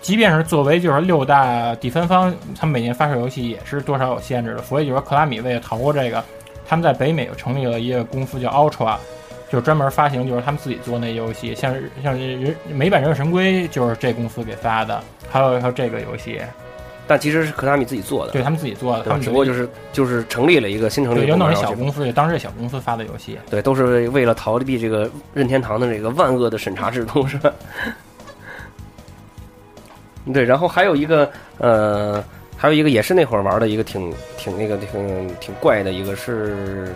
C: 即便是作为就是六大第三方，他们每年发售游戏也是多少有限制的，所以就是说克拉米为了逃过这个，他们在北美又成立了一个公司叫 Ultra，就是专门发行就是他们自己做那游戏，像是像是人美版《忍者神龟》就是这公司给发的，还有还有这个游戏，
A: 但其实是科纳米自己做的
C: 对，他们自己做的，
A: 对
C: 他
A: 吧？
C: 们
A: 只不过
C: 就
A: 就是就是成立了一个新成立的
C: 对，就
A: 部
C: 弄
A: 门
C: 一
A: 然后
C: 小
A: 去
C: 公司，当时这小公司发的游戏，
A: 对，都是为了逃避这个任天堂的这个万恶的审查制度， 是吧？对，然后还有一个呃，还有一个也是那会儿玩的一个挺挺那个挺挺怪的一个是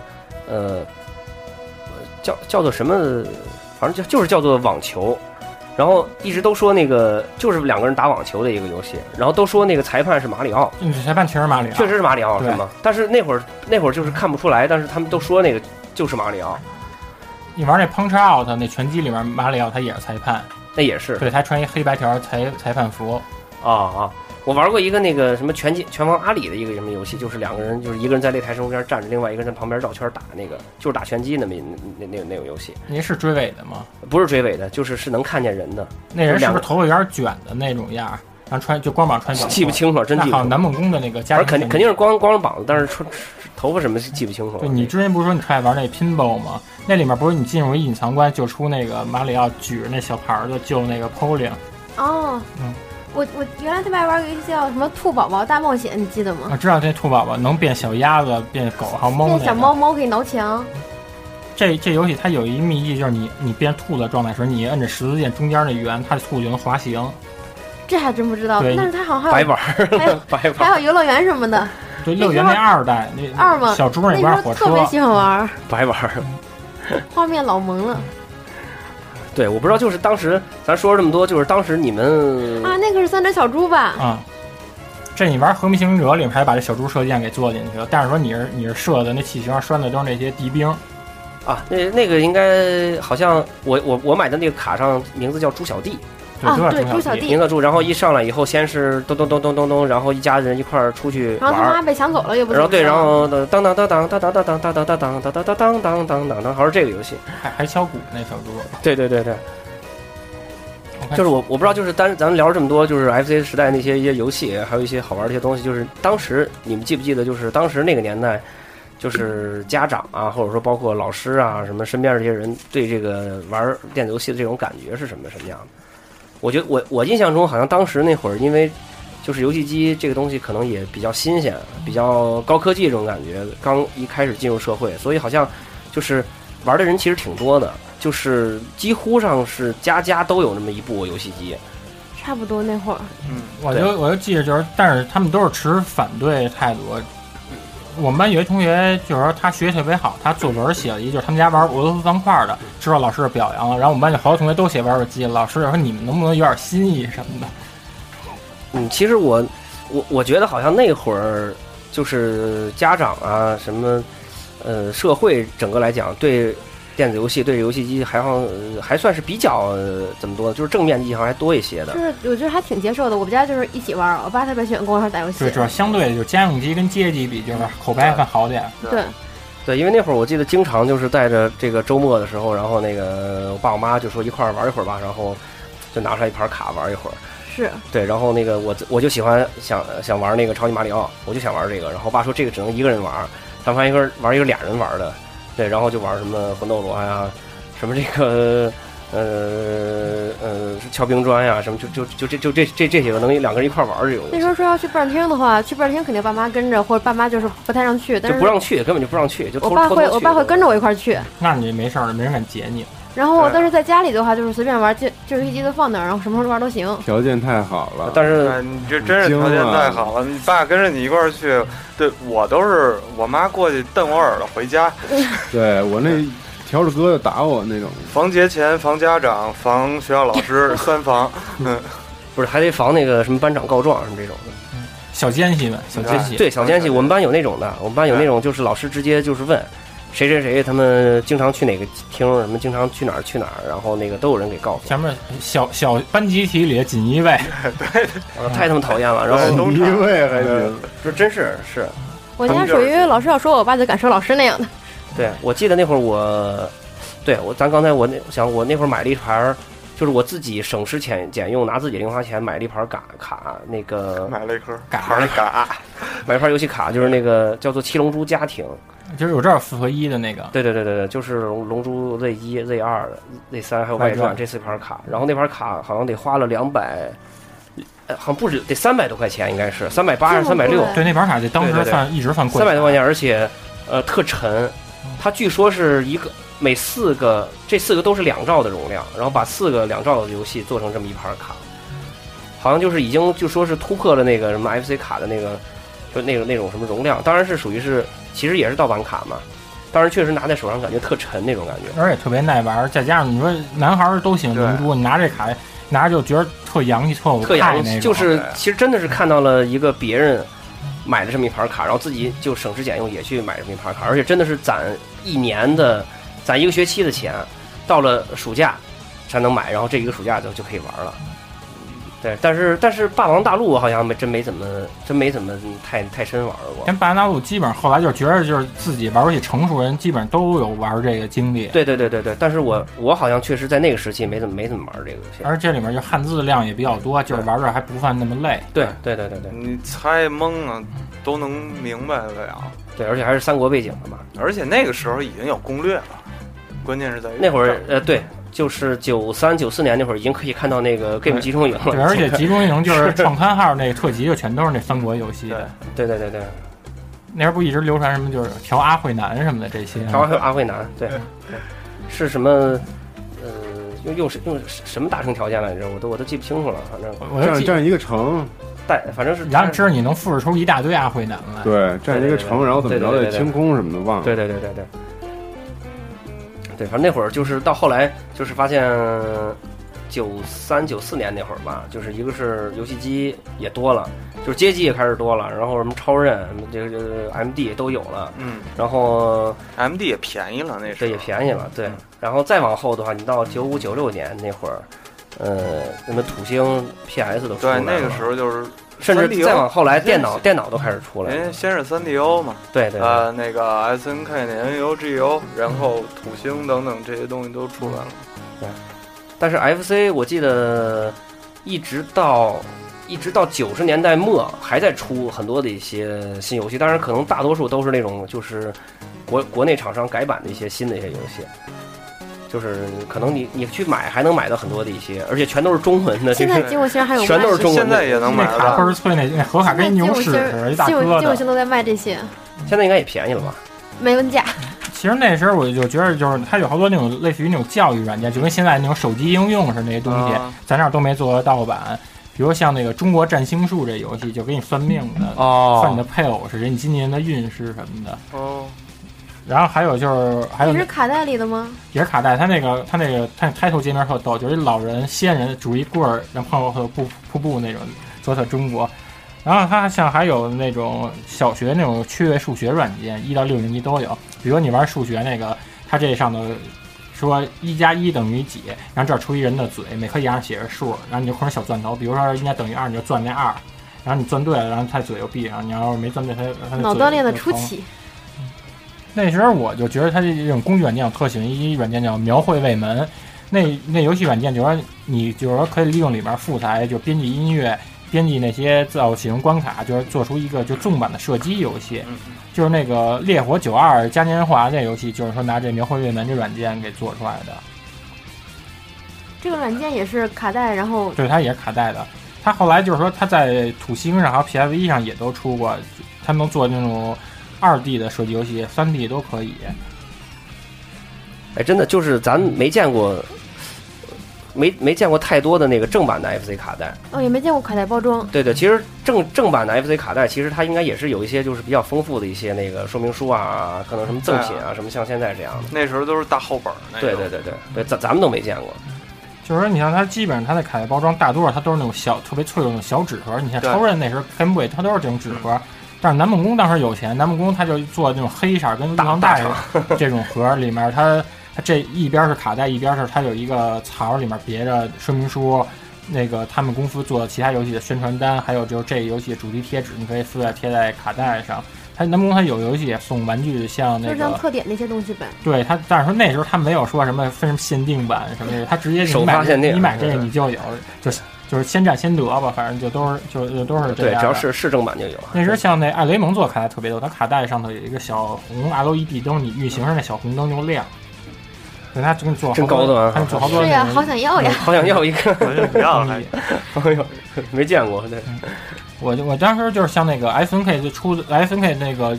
A: 呃叫叫做什么，反正就就是叫做网球。然后一直都说那个就是两个人打网球的一个游戏，然后都说那个裁判是马里奥，
C: 嗯，裁判确实马里奥，
A: 确实是马里奥
C: 对
A: 是吗？但是那会儿那会儿就是看不出来，但是他们都说那个就是马里奥，
C: 你玩那 Punch Out 那拳击里面马里奥他也是裁判，
A: 那也是
C: 对他穿一黑白条裁裁判服，
A: 啊啊！我玩过一个那个什么拳击拳王阿里的一个什么游戏，就是两个人就是一个人在擂台上边站着，另外一个人在旁边绕圈打那个，就是打拳击那么一那那那那种游戏，
C: 您是追尾的吗？
A: 不是追尾的，就是是能看见人的，
C: 那人是
A: 两
C: 不
A: 个
C: 是头发有点卷的那种样儿，然后穿就光膀穿脚，
A: 记不。清楚，真
C: 那
A: 记不
C: 好像
A: 清。
C: 南梦宫的那个家
A: 反
C: 庭
A: 正肯定肯定是光光着膀子，但是穿头发什么记不清楚了。
C: 对你之前不是说你特爱玩那 pinball 吗？那里面不是你进入一隐藏关就出那个马里奥举着那小牌儿的救那个 polling
D: 哦，
C: 嗯
D: 我我原来特别爱玩个游戏叫什么《兔宝宝大冒险》，你记得吗？
C: 我知道那兔宝宝能变小鸭子、变狗还有啊猫、那
D: 那
C: 个。
D: 小猫猫可以挠墙，
C: 这这游戏它有一秘技，就是你你变兔的状态时，你摁着十字键中间那圆，它的兔就能滑行。
D: 这还真不知道。
C: 对
D: 但是它好像还
A: 白
D: 有
A: 玩儿
D: 还有
A: 白玩
D: 还
A: 儿
D: 有游乐园什么的，
C: 对，
D: 那
C: 六元
D: 时候
C: 那二代那
D: 二嘛
C: 小猪
D: 那
C: 那
D: 时
C: 边
D: 候
C: 火
D: 特别
C: 车，啊
D: 喜欢玩，
A: 白玩儿。
D: 画面老萌了
A: 对，我不知道，就是当时咱说了这么多，就是当时你们
D: 啊！那个是三只小猪吧？
C: 啊、这你玩《和平行行者》里面还把这小猪射箭给做进去了，但是说你是你是射的那气球上拴的都是那些敌兵，
A: 啊，那那个应该好像我我我买的那个卡上名字叫猪小弟，
C: 对，
D: 啊
C: 都
D: 对
C: 是
D: 猪
C: 小
D: 小弟
C: 弟。
A: 名字猪，然后一上来以后先是咚咚咚咚咚咚，然后一家人一块儿出去
D: 然
A: 玩
D: 后他妈
A: 儿，
D: 被抢走了，也不
A: 然后
D: 怎么
A: 对，
D: 着
A: 然后呃当当当当当当当当当当当当当当当当当当当当，好像是这个游戏，
C: 还还敲鼓那小猪，
A: 对对对对，
C: 我看
A: 就是我我不知道，就是单咱们聊了这么多，就是 FC 时代那些一些游戏，还有一些好玩的一些东西，就是当时你们记不记得，就是当时那个年代。就是家长啊，或者说包括老师啊，什么身边这些人对这个玩电子游戏的这种感觉是什么什么样的？我觉得我我印象中好像当时那会儿，因为就是游戏机这个东西可能也比较新鲜，比较高科技这种感觉，刚一开始进入社会，所以好像就是玩的人其实挺多的，就是几乎上是家家都有那么一部游戏机。
D: 差不多那会儿，
B: 嗯，
C: 我就我就记着，就是但是他们都是持反对态度。我们班有一同学就是说他学习特别好，他作文写了一就是他们家玩俄罗斯方块的，知道老师表扬了。然后我们班就好多同学都写玩手机，老师就说你们能不能有点新意什么的。
A: 嗯，其实我我我觉得好像那会儿就是家长啊什么呃社会整个来讲对。电子游戏对游戏机还好，呃还算是比较、呃怎么说，就是正面的意向还多一些的
D: 就。是我觉得还挺接受的。我们家就是一起玩，我爸特别喜欢跟我一块儿打游戏
C: 对，，主要相对的就是家用机跟街机比，就是口碑还好点。
D: 对，
A: 对，因为那会儿我记得经常就是带着这个周末的时候，然后那个我爸我妈就说一块儿玩一会儿吧，然后就拿出来一盘卡玩一会儿。
D: 是
A: 对，然后那个我我就喜欢想想玩那个超级马里奥，我就想玩这个。然后我爸说这个只能一个人玩儿，他们发现一个人玩一个俩人玩的，对，然后就玩什么魂斗罗呀、什么这个呃呃敲冰砖呀、什么就就就这就这这这些个能两个人一块儿玩儿这种游
D: 那
A: 戏
D: 时候说要去伴儿厅的话，去伴儿厅肯定爸妈跟着，或者爸妈就是不太让去，但
A: 就是不让去，根本就不让去，就偷
D: 我爸
A: 偷
D: 会
A: 偷
D: 我
A: 去
D: 爸会
A: 的
D: 跟着我一块儿去。
C: 那你没事儿了，没人敢截你。
D: 然后
B: 对
D: 但是在家里的话，就是随便玩，就就是一机都放那儿，然后什么时候玩都行。
E: 条件太好了。
A: 但是
B: 哎，你这真是条件太好了，你爸跟着你一块儿去，对我都是我妈过去瞪我耳朵回家，
E: 对我那条着疙瘩打我那种，
B: 防节前、防家长、防学校老 师三防，
A: 不是还得防那个什么班长告状什么这种的。
C: 小奸细们，小奸细，
A: 哎对，小奸细，
B: 对
A: 我们班有那种的，我们班有那种就是老师直接就是问谁谁谁他们经常去哪个厅，什么经常去哪儿去哪儿，然后那个都有人给告诉
C: 前面小小班集体里的锦衣卫，
A: 我，太他妈讨厌了。然后
B: 对
E: 第一位还行，
A: 说真是是，
D: 我
B: 他
D: 家
B: 们
D: 属
B: 就是
D: 于老师要说我爸就敢说老师那样的。
A: 对我记得那会儿我，对我咱刚才我那想我那会儿买了一盘儿就是我自己省吃俭俭用，拿自己零花钱买了一盘卡卡，那个
B: 买了一颗
C: 嘎
B: 玩儿的嘎，
A: 买一盘游戏卡，就是那个叫做《七龙珠家庭》。
C: 就是有这儿四合一的那个，
A: 对对对对对，就是龙《龙珠 Z 一、Z 二、Z 三还有外
C: 外
A: 传
C: 传
A: 这四盘卡，然后那盘卡好像得花了两百，呃，好像不止得三百多块钱，应该是三百八还是
D: 这
A: 三
D: 么
A: 百
D: 贵
A: 六，
C: 对，那盘卡就当
A: 对对
C: 时
A: 对
C: 算一直算贵，
A: 三百多块钱，而且呃特沉，它据说是一个每四个这四个都是两兆的容量，然后把四个两兆的游戏做成这么一盘卡，好像就是已经就说是突破了那个什么 FC 卡的那个就那种那种什么容量，当然是属于是其实也是盗版卡嘛，当然确实拿在手上感觉特沉那种感觉。
C: 而且特别耐玩儿，再加上你说男孩儿都喜欢
B: 对
C: 龙珠，你拿这卡拿着就觉得特洋气，特有
A: 特洋
C: 派那
A: 气，
C: 种
A: 就是
B: 对
A: 其实真的是看到了一个别人买了这么一盘卡，然后自己就省吃俭用也去买这么一盘卡，而且真的是攒一年的、攒一个学期的钱，到了暑假才能买，然后这一个暑假就就可以玩了。对，但是但是《霸王大陆》我好像没真没怎么真没怎么太太深玩过。
C: 跟白纳路基本上后来就觉得就是自己玩游戏成熟人基本上都有玩这个经历，
A: 对对对对对，但是我我好像确实在那个时期没怎么没怎么玩这个游戏。
C: 而这里面就汉字量也比较多，就是玩着还不犯那么累。
A: 对对对对对
B: 你猜蒙啊，都能明白得了。
A: 对，而且还是三国背景的嘛。
B: 而且那个时候已经有攻略了，关键是在于
A: 那会儿，呃，对，就是九三九四年那会儿，已经可以看到那个 Game 集中营
C: 对，
A: 了。
C: 而且集中营就是创刊号那个特辑，就全都是那三国游戏的。
A: 对对对对，
C: 那时候不一直流传什么就是调阿慧南什么的这些，
A: 然后还有阿慧南，对，对是什么？呃，用用什用什么达成条件来着？我都我都记不清楚了，反正
C: 我就
E: 占
C: 记，
E: 占一个城，
A: 带，反正是
C: 然后知道你能复制出一大堆阿慧南来。
E: 对，占一个城，然后怎么着得清空什么的，忘了。
A: 对对对对对，对，反正那会儿就是到后来就是发现九三九四年那会儿吧，就是一个是游戏机也多了，就是街机也开始多了，然后什么超任、什么这个这个 MD 都有了，
B: 嗯
A: 然后
B: ，M D 也便宜了，那时
A: 对，
B: 候
A: 也便宜了，
B: 嗯
A: 对。然后再往后的话，你到九五九六年那会儿，呃，什么土星 PS 都出来
B: 对，
A: 了，
B: 那个时候就是
A: 甚至
B: 3DO
A: 再往后来，电脑
B: 真是
A: 电脑都开始出来
B: 人家
A: 了，
B: 哎先是三 D O 嘛，
A: 对对对
B: 呃，那个 S N K、N U G O，然后土星等等这些东西都出来了。
A: 但是 FC 我记得一直到一直到九十年代末还在出很多的一些新游戏，当然可能大多数都是那种就是国国内厂商改版的一些新的一些游戏。就是可能你你去买还能买到很多的一些，而且全都是中文的，就
D: 现
A: 是
D: 在街舞星还有卖，
A: 全都是中文
B: 现
A: 的
B: 在也能
C: 那
B: 买得
C: 卡倍
B: 到，
C: 儿脆，那那盒卡
D: 现
C: 跟
D: 在
C: 牛
D: 街舞
C: 屎
D: 星
C: 似的，一大
D: 街舞
C: 疙
D: 街舞
C: 瘩。
D: 星都在卖这些，
A: 现在应该也便宜了吧？
D: 没文价。
C: 其实那时候我就觉得，就是它有好多那种类似于那种教育软件，就跟现在那种手机应用似的那些东西，
B: 啊
C: 咱这儿都没做到盗版。比如像那个《中国占星术》这游戏，就给你算命的，算你的
A: 哦，
C: 配偶是谁，你今年的运势什么的。
B: 哦，
C: 然后还有就是还有
D: 你是卡带里的吗？
C: 也是卡带，它那个它那个它那开头界面特逗，就是一老人仙人拄一棍儿，然后碰到瀑瀑布那种，左特中国。然后它像还有那种小学那种趣味数学软件，一到六年级都有。比如你玩数学那个，它这上头说一加一等于几，然后这儿出一人的嘴，每颗牙上写着数，然后你就控制小钻头，比如说应该等于二，你就钻那二，然后你钻对了，然后它嘴就闭上；你要是没钻对，它它的
D: 脑
C: 嘴
D: 锻炼的
C: 就
D: 初
C: 疼
D: 期，
C: 那时候我就觉得它这种工具软件，我特喜欢一软件叫描绘卫门。那那游戏软件就是说你就是说可以利用里面素材，就编辑音乐、编辑那些造型、关卡，就是做出一个就重版的射击游戏。
B: 嗯
C: 就是那个《烈火九二嘉年华》那游戏，就是说拿这描绘卫门这软件给做出来的。
D: 这个软件也是卡带，然后
C: 对，它也是卡带的。它后来就是说，它在土星上还有 PSV 上也都出过，它能做那种二 D 的射击游戏，三 D 都可以。
A: 哎，真的就是咱没见过，没没见过太多的那个正版的 FC 卡带。
D: 哦也没见过卡带包装。
A: 对对，其实正正版的 FC 卡带，其实它应该也是有一些就是比较丰富的一些那个说明书啊，可能什么赠品啊，什么像现在这样的。
B: 那时候都是大厚本儿
C: 哎
B: 那种。
A: 对对对对对，咱咱们都没见过。
C: 就是说，你像它基本上它的卡带包装大多数它都是那种小特别脆弱的小纸盒，你像
B: 对
C: 超人那时候 Game Boy 它都是这种纸盒。但是南梦宫当时有钱，南梦宫它就做那种黑色儿跟日航带这种盒，里面它它这一边是卡带，一边是它有一个槽，里面别着说明书，那个他们公司做其他游戏的宣传单，还有就是这个游戏的主题贴纸，你可以附在贴在卡带上。它它南梦宫它有游戏也送玩具，像
D: 就
C: 那
D: 是像
C: 个
D: 特点那些东西呗。
C: 对它，但是说那时候它没有说什么分什么限定版什么的，它直接
A: 首
C: 你
A: 发
C: 买
A: 限定
C: 你买这个
A: 对
C: 你就有，就就是先占先得吧，反正就都是就就都是这
A: 对，
C: 样。
A: 只要是是正版就有。
C: 那时候像那艾雷蒙做卡带特别多，它卡带上头有一个小红 E LED 灯，你运行上那小红灯就亮。对，它真做好
A: 真
C: 多
A: 高端啊
C: 它做好多
D: 是呀，
C: 那种
D: 好想要呀！
A: 好想要一 个，
B: 我就不要了，
A: 哎呦，没见过，对，
C: 嗯我就我当时就是像那个 F N K 就出 F N K 那个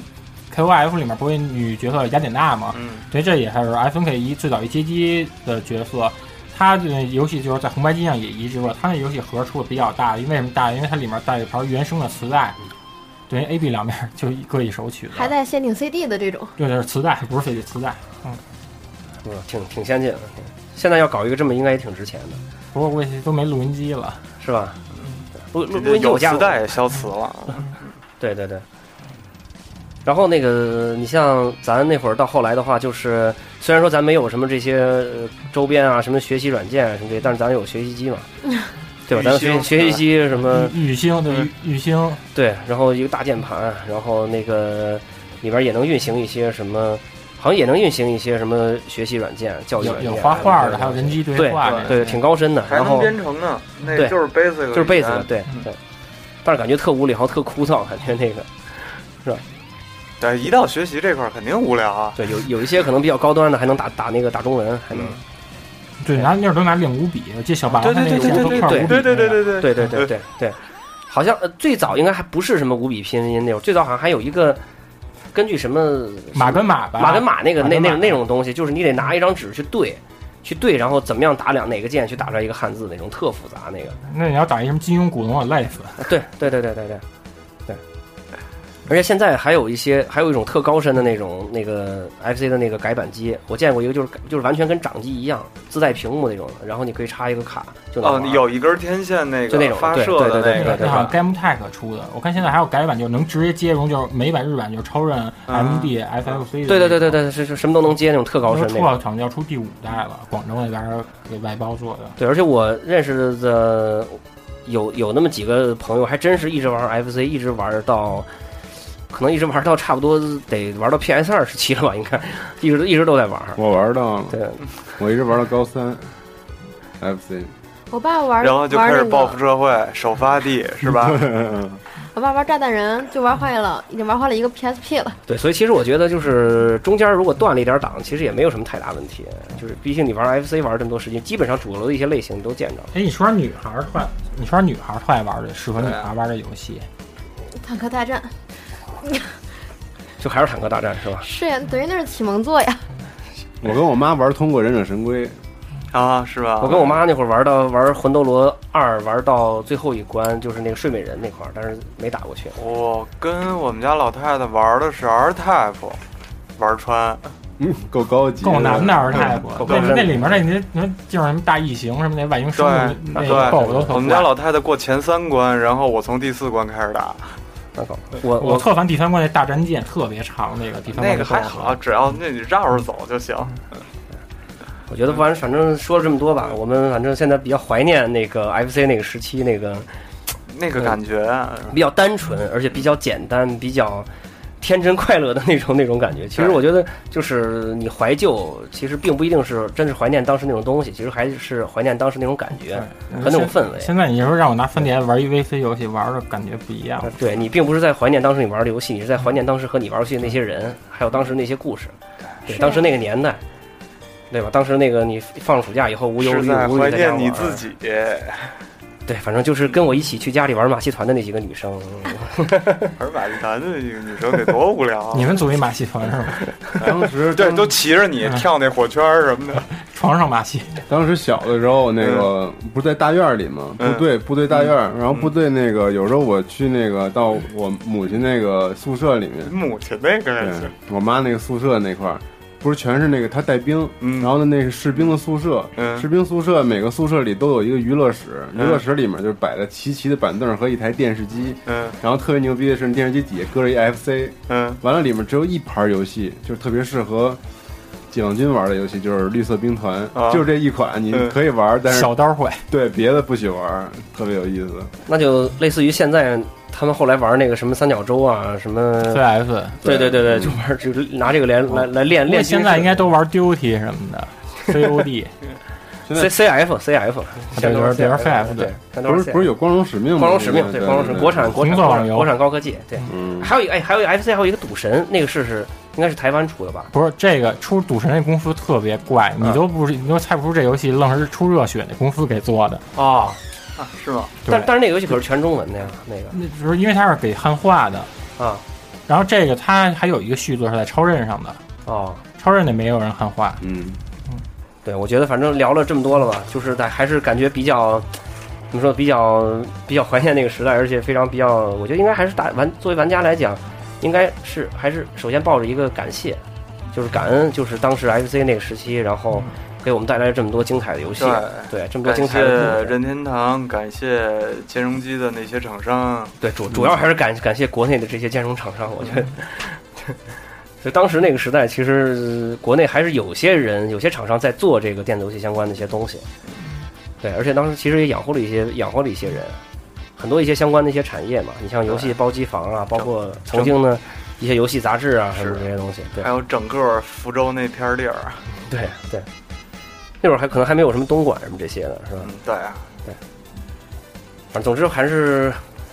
C: K O F 里面不是女角色雅典娜吗？
B: 嗯，
C: 对，这也还是 F N K 一最早一街机的角色。它这个游戏就是在红白机上也移植过，它那游戏盒出的比较大，因为什么大？因为它里面带一盘原声的磁带，等于 A B 两面就一各一首曲子，
D: 还带限定 CD 的这种，
C: 对，就是磁带，不是飞机磁带。
A: 嗯，挺挺先进的。对现在要搞一个这么，应该也挺值钱的，
C: 不过我也都没录音机了。
A: 是吧？
C: 嗯
A: 录录录
B: 这
A: 音机
B: 有
A: 我家
B: 磁
A: 有
B: 带也消磁了。
A: 嗯对对对。然后那个，你像咱那会儿到后来的话，就是虽然说咱没有什么这些呃周边啊，什么学习软件啊什么这些，但是咱有学习机 嘛，对吧？咱有学习
B: 鱼星
A: 学习机什 么
C: 玉星对玉星，
A: 对，然后一个大键盘，然后那个里边也能运行一些什么，好像也能运行一些什么学习软件、教育
C: 有
A: 软件，啊
C: 有画画
A: 对
C: 的，还有人机对
A: 对
C: 话的，
A: 对，挺高深的。
B: 还
A: 然
B: 能啊
A: 后
B: 编程呢，那
A: 对
B: 就是 basic，
A: 就是贝斯的，
B: 语言
A: 对对，但是感觉特无聊、特枯燥，感觉那个
B: 对，一到学习这块儿肯定无聊啊。
A: 对，有有一些可能比较高端的还能打打那个打中文，还能
C: 对，拿那时候都拿练五笔，我记得小霸王
B: 对
C: 他
B: 对
C: 那
B: 对
C: 个
B: 对
C: 都
B: 对
C: 块五
B: 对
C: 笔，
B: 对对对对对
A: 对对对对对，好像呃最早应该还不是什么五笔拼音那种，最早好像还有一个根据什么
C: 马跟马吧，
A: 马跟马那个
C: 马
A: 那
C: 跟
A: 那
C: 马
A: 那种东西，就是你得拿一张纸去对，去对，然后怎么样打两哪个键去打出来一个汉字那种特复杂那个。
C: 那你要打一什么金庸古龙，我累死。
A: 啊对对对对对对对。而且现在还有一些，还有一种特高深的那种那个 FC 的那个改版机，我见过一个，就是就是完全跟掌机一样，自带屏幕那种的，然后你可以插一个卡就能
B: 哦
A: 玩。，
B: 有一根天线那
A: 就那
B: 个
A: 种
B: 发
A: 对
B: 射
A: 对
B: 的
A: 对
B: 那个，
C: 那个好像 Game Tech 出的，我看现在还有改版，就是能直接接融，就是美版、日版，就是超任、MD、FFC。
A: 对对对对，对，是是什么都能接那种特高
C: 到
A: 深
C: 时
A: 那
C: 出
A: 种。
C: 好像要出第五代了，广州那边给外包做的。
A: 对，而且我认识的有有那么几个朋友，还真是一直玩 FC，一直玩到可能一直玩到差不多得玩到 PS 二时期了吧，应该一直一直都在玩。
E: 我玩到了，
A: 对，
E: 我一直玩到高三，FC，
D: 我爸玩
B: 然后就开始
D: 玩那
B: 报
D: 个
B: 复，社会，首发地是吧？
D: 我爸玩炸弹人就玩坏了，已经玩坏了一个 PSP 了。
A: 对，所以其实我觉得就是中间如果断了一点档，其实也没有什么太大问题。就是毕竟你玩 FC 玩这么多时间，基本上主流的一些类型你都见着了。
C: 哎，你说女孩儿坏，你说女孩儿坏玩的，适合女孩玩的游戏，
D: 坦克大战
A: 就还是坦克大战是吧？
D: 是呀，等于那是启蒙作呀。
E: 我跟我妈玩通过忍者神龟，
B: 啊，是吧？
A: 我跟我妈那会儿玩到玩魂斗罗二，玩到最后一关就是那个睡美人那块儿，但是没打过去。
B: 我跟我们家老太太玩的是 R Type，玩穿，
E: 嗯，够高级，
B: 啊
C: 够难的而太
A: 够
C: 过。
A: 高
C: 那
A: 深
C: 那里面那些什么就是什么大异形什么那外星生物
B: 对
C: 那
B: 对
C: 个 BOSS 都特
B: 我们家
C: 坏。
B: 老太太过前三关，然后我从第四关开始打，
A: 难搞。我
C: 我
A: 我
C: 特烦第三关那大战舰特别长，那个第三关
B: 那个还好，只要那你绕着走就行。
A: 我觉得不然，反正说了这么多吧，我们反正现在比较怀念那个 FC 那个时期，那个
B: 那个感觉，
A: 比较单纯，而且比较简单，比较天真快乐的那种那种感觉。其实
B: 对
A: 我觉得，就是你怀旧，其实并不一定是真是怀念当时那种东西，其实还是怀念当时那种感觉
C: 嗯
A: 和那种氛围。
C: 现在你说让我拿三 DS 玩一 VC 游戏，玩的感觉不一样。
A: 呃对你并不是在怀念当时你玩的游戏，你是在怀念当时和你玩游戏的那些人，还有当时那些故事，对，
D: 是
A: 当时那个年代，对吧？当时那个你放暑假以后无忧
B: 是
A: 无虑，
B: 在
A: 无
B: 怀
A: 虑在家
B: 念
A: 玩
B: 你自己。
A: 对，反正就是跟我一起去家里玩马戏团的那几个女生，
B: 而马戏团的一个女生得多无聊啊！
C: 你们组一马戏团是吗？
E: 当时
B: 对，都骑着你
C: 嗯
B: 跳那火圈儿什么的，
C: 床上马戏，
E: 当时小的时候，那个不是在大院里吗？部
B: 嗯
E: 队部队大院，然后部队那个有时候我去那个到我母亲那个宿舍里面，
B: 母亲那个也
E: 对
B: 行。，
E: 我妈那个宿舍那块儿，不是全是那个他带兵，
B: 嗯
E: 然后呢那是士兵的宿舍，
B: 嗯
E: 士兵宿舍每个宿舍里都有一个娱乐室，娱
B: 嗯
E: 乐室里面就摆着齐齐的板凳和一台电视机，
B: 嗯
E: 然后特别牛逼的是电视机底下搁着一 FC，
B: 嗯，
E: 完了里面只有一盘游戏，就是特别适合解放军玩的游戏，就是绿色兵团，
B: 啊
E: 就是这一款你
B: 嗯
E: 可以玩，但是
C: 小刀会。
E: 对别的不许玩，特别有意思。
A: 那就类似于现在他们后来玩那个什么三角洲啊，什么，
E: 嗯
C: ，CS，
A: 对对对对，
C: 嗯
A: 就玩就拿这个来来来练
C: 因为
A: 练军
C: 哦现
A: 事。
C: 在应该都玩 Duty 什么 的，COD，
E: 现
A: C
E: 在
A: C F C F，
C: 啊对就是就是 CF
A: 对
C: 对，
A: 全都
E: 不
A: 是
E: 是不
A: CF
E: 是有光荣使命吗？
A: 光荣使命
E: 那个
A: 对光荣使命，国产国产
C: 红
A: 国
C: 色网
A: 产
C: 游
A: 国产高科技对，
E: 嗯，
A: 还有一个哎还有一个 F C 还有一个赌神，那个是是应该是台湾出的吧？
C: 不是这个出赌神那公司特别怪，
E: 嗯
C: 你都不是你都猜不出这游戏愣是出热血那公司给做的，
A: 哦，
B: 啊，是吗？
C: 对
A: 但，但是那个游戏可是全中文的呀，那个
E: 嗯
C: 那就是因为它是给汉化的，
A: 啊
C: 然后这个它还有一个续作是在超任上的，
A: 哦，
C: 超任那没有人汉化，
E: 嗯，
A: 对，我觉得反正聊了这么多了吧，就是在还是感觉比较怎么说，比较比较怀念那个时代，而且非常比较，我觉得应该还是大玩作为玩家来讲，应该是还是首先抱着一个感谢，就是感恩，就是当时 FC 那个时期，然后给我们带来了这么多精彩的游戏，
B: 嗯对，
A: 对，这么多
B: 感
A: 精
B: 谢
A: 彩的故事，
B: 任天堂，感谢兼容机的那些厂商，
A: 对，主主要还是感感谢国内的这些兼容厂商，我觉得。 所以当时那个时代，其实国内还是有些人、有些厂商在做这个电子游戏相关的一些东西，对，而且当时其实也养活了一些养活了一些人，很多一些相关的一些产业嘛，你像游戏包机房啊，包括曾经的一些游戏杂志啊什么这些东西，对
B: 还有整个福州那片儿地儿。
A: 对对，那会儿还可能还没有什么东莞什么这些呢，是吧？
B: 嗯，对啊，
A: 反正总之还是，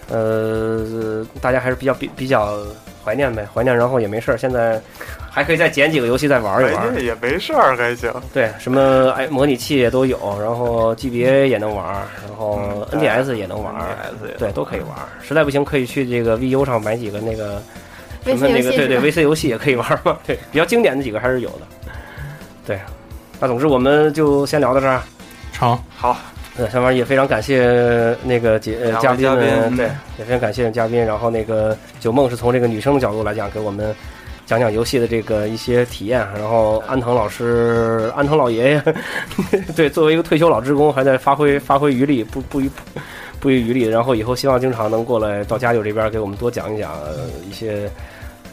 A: 呃，大家还是比较比比较怀念呗，怀念，然后也没事儿，现在还可以再捡几个游戏再玩一
B: 哎，
A: 玩
B: 那。也没事儿，还行。
A: 对，什么哎模拟器也都有，然后 GBA 也能玩儿，然后
B: 嗯对
A: NDS 也能玩儿，
B: NDS 也能
A: 对，都可以玩儿。实在不行可以去这个 VU 上买几个那个什么
D: VC
A: 那
D: 游
A: 个
D: 戏
A: 对对
D: 是吧
A: VC 游戏也可以玩儿嘛，对，比较经典的几个还是有的。对，那总之我们就先聊到这儿。
C: 成，
B: 好，
A: 对，上面也非常感谢那个节呃
B: 两位
A: 嘉宾
B: 嘉宾
A: 们，
B: 嗯
A: 对， 也非常感谢嘉宾。然后那个九梦是从这个女生的角度来讲，给我们讲讲游戏的这个一些体验。啊然后安藤老师，安藤老爷 爷，对，作为一个退休老职工，还在发挥发挥余力，不不遗不遗余力。然后以后希望经常能过来到家九这边给我们多讲一讲呃一些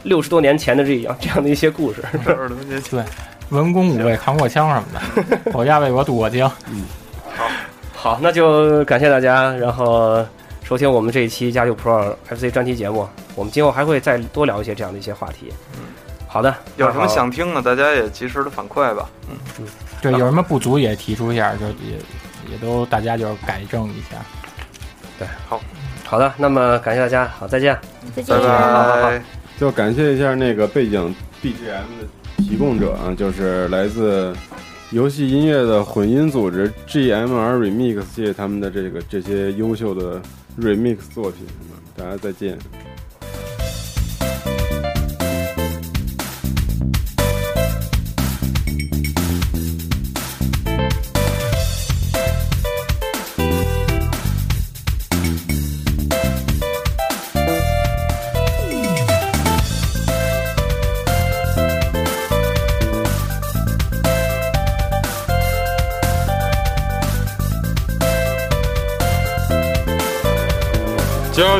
A: 六十多年前的这样这样的一些故事。
B: 这儿的那些
C: 文攻武卫扛过枪什么 的，保家卫国渡过江，
A: 好，那就感谢大家，然后收听我们这一期加六 Pro FC 专题节目。我们今后还会再多聊一些这样的一些话题。好的，
B: 嗯有什么
A: 那好
B: 想听的，大家也及时的反馈吧。
C: 对，
E: 嗯
C: 有什么不足也提出一下，就也也都大家就是改正一下。
A: 好的，那么感谢大家，好，再见。
D: 再见
B: 拜。拜。
E: 就感谢一下那个背景 BGM 的提供者啊，就是来自游戏音乐的混音组织 GMR Remix 界他们的这个这些优秀的 remix 作品，大家再见。
F: 家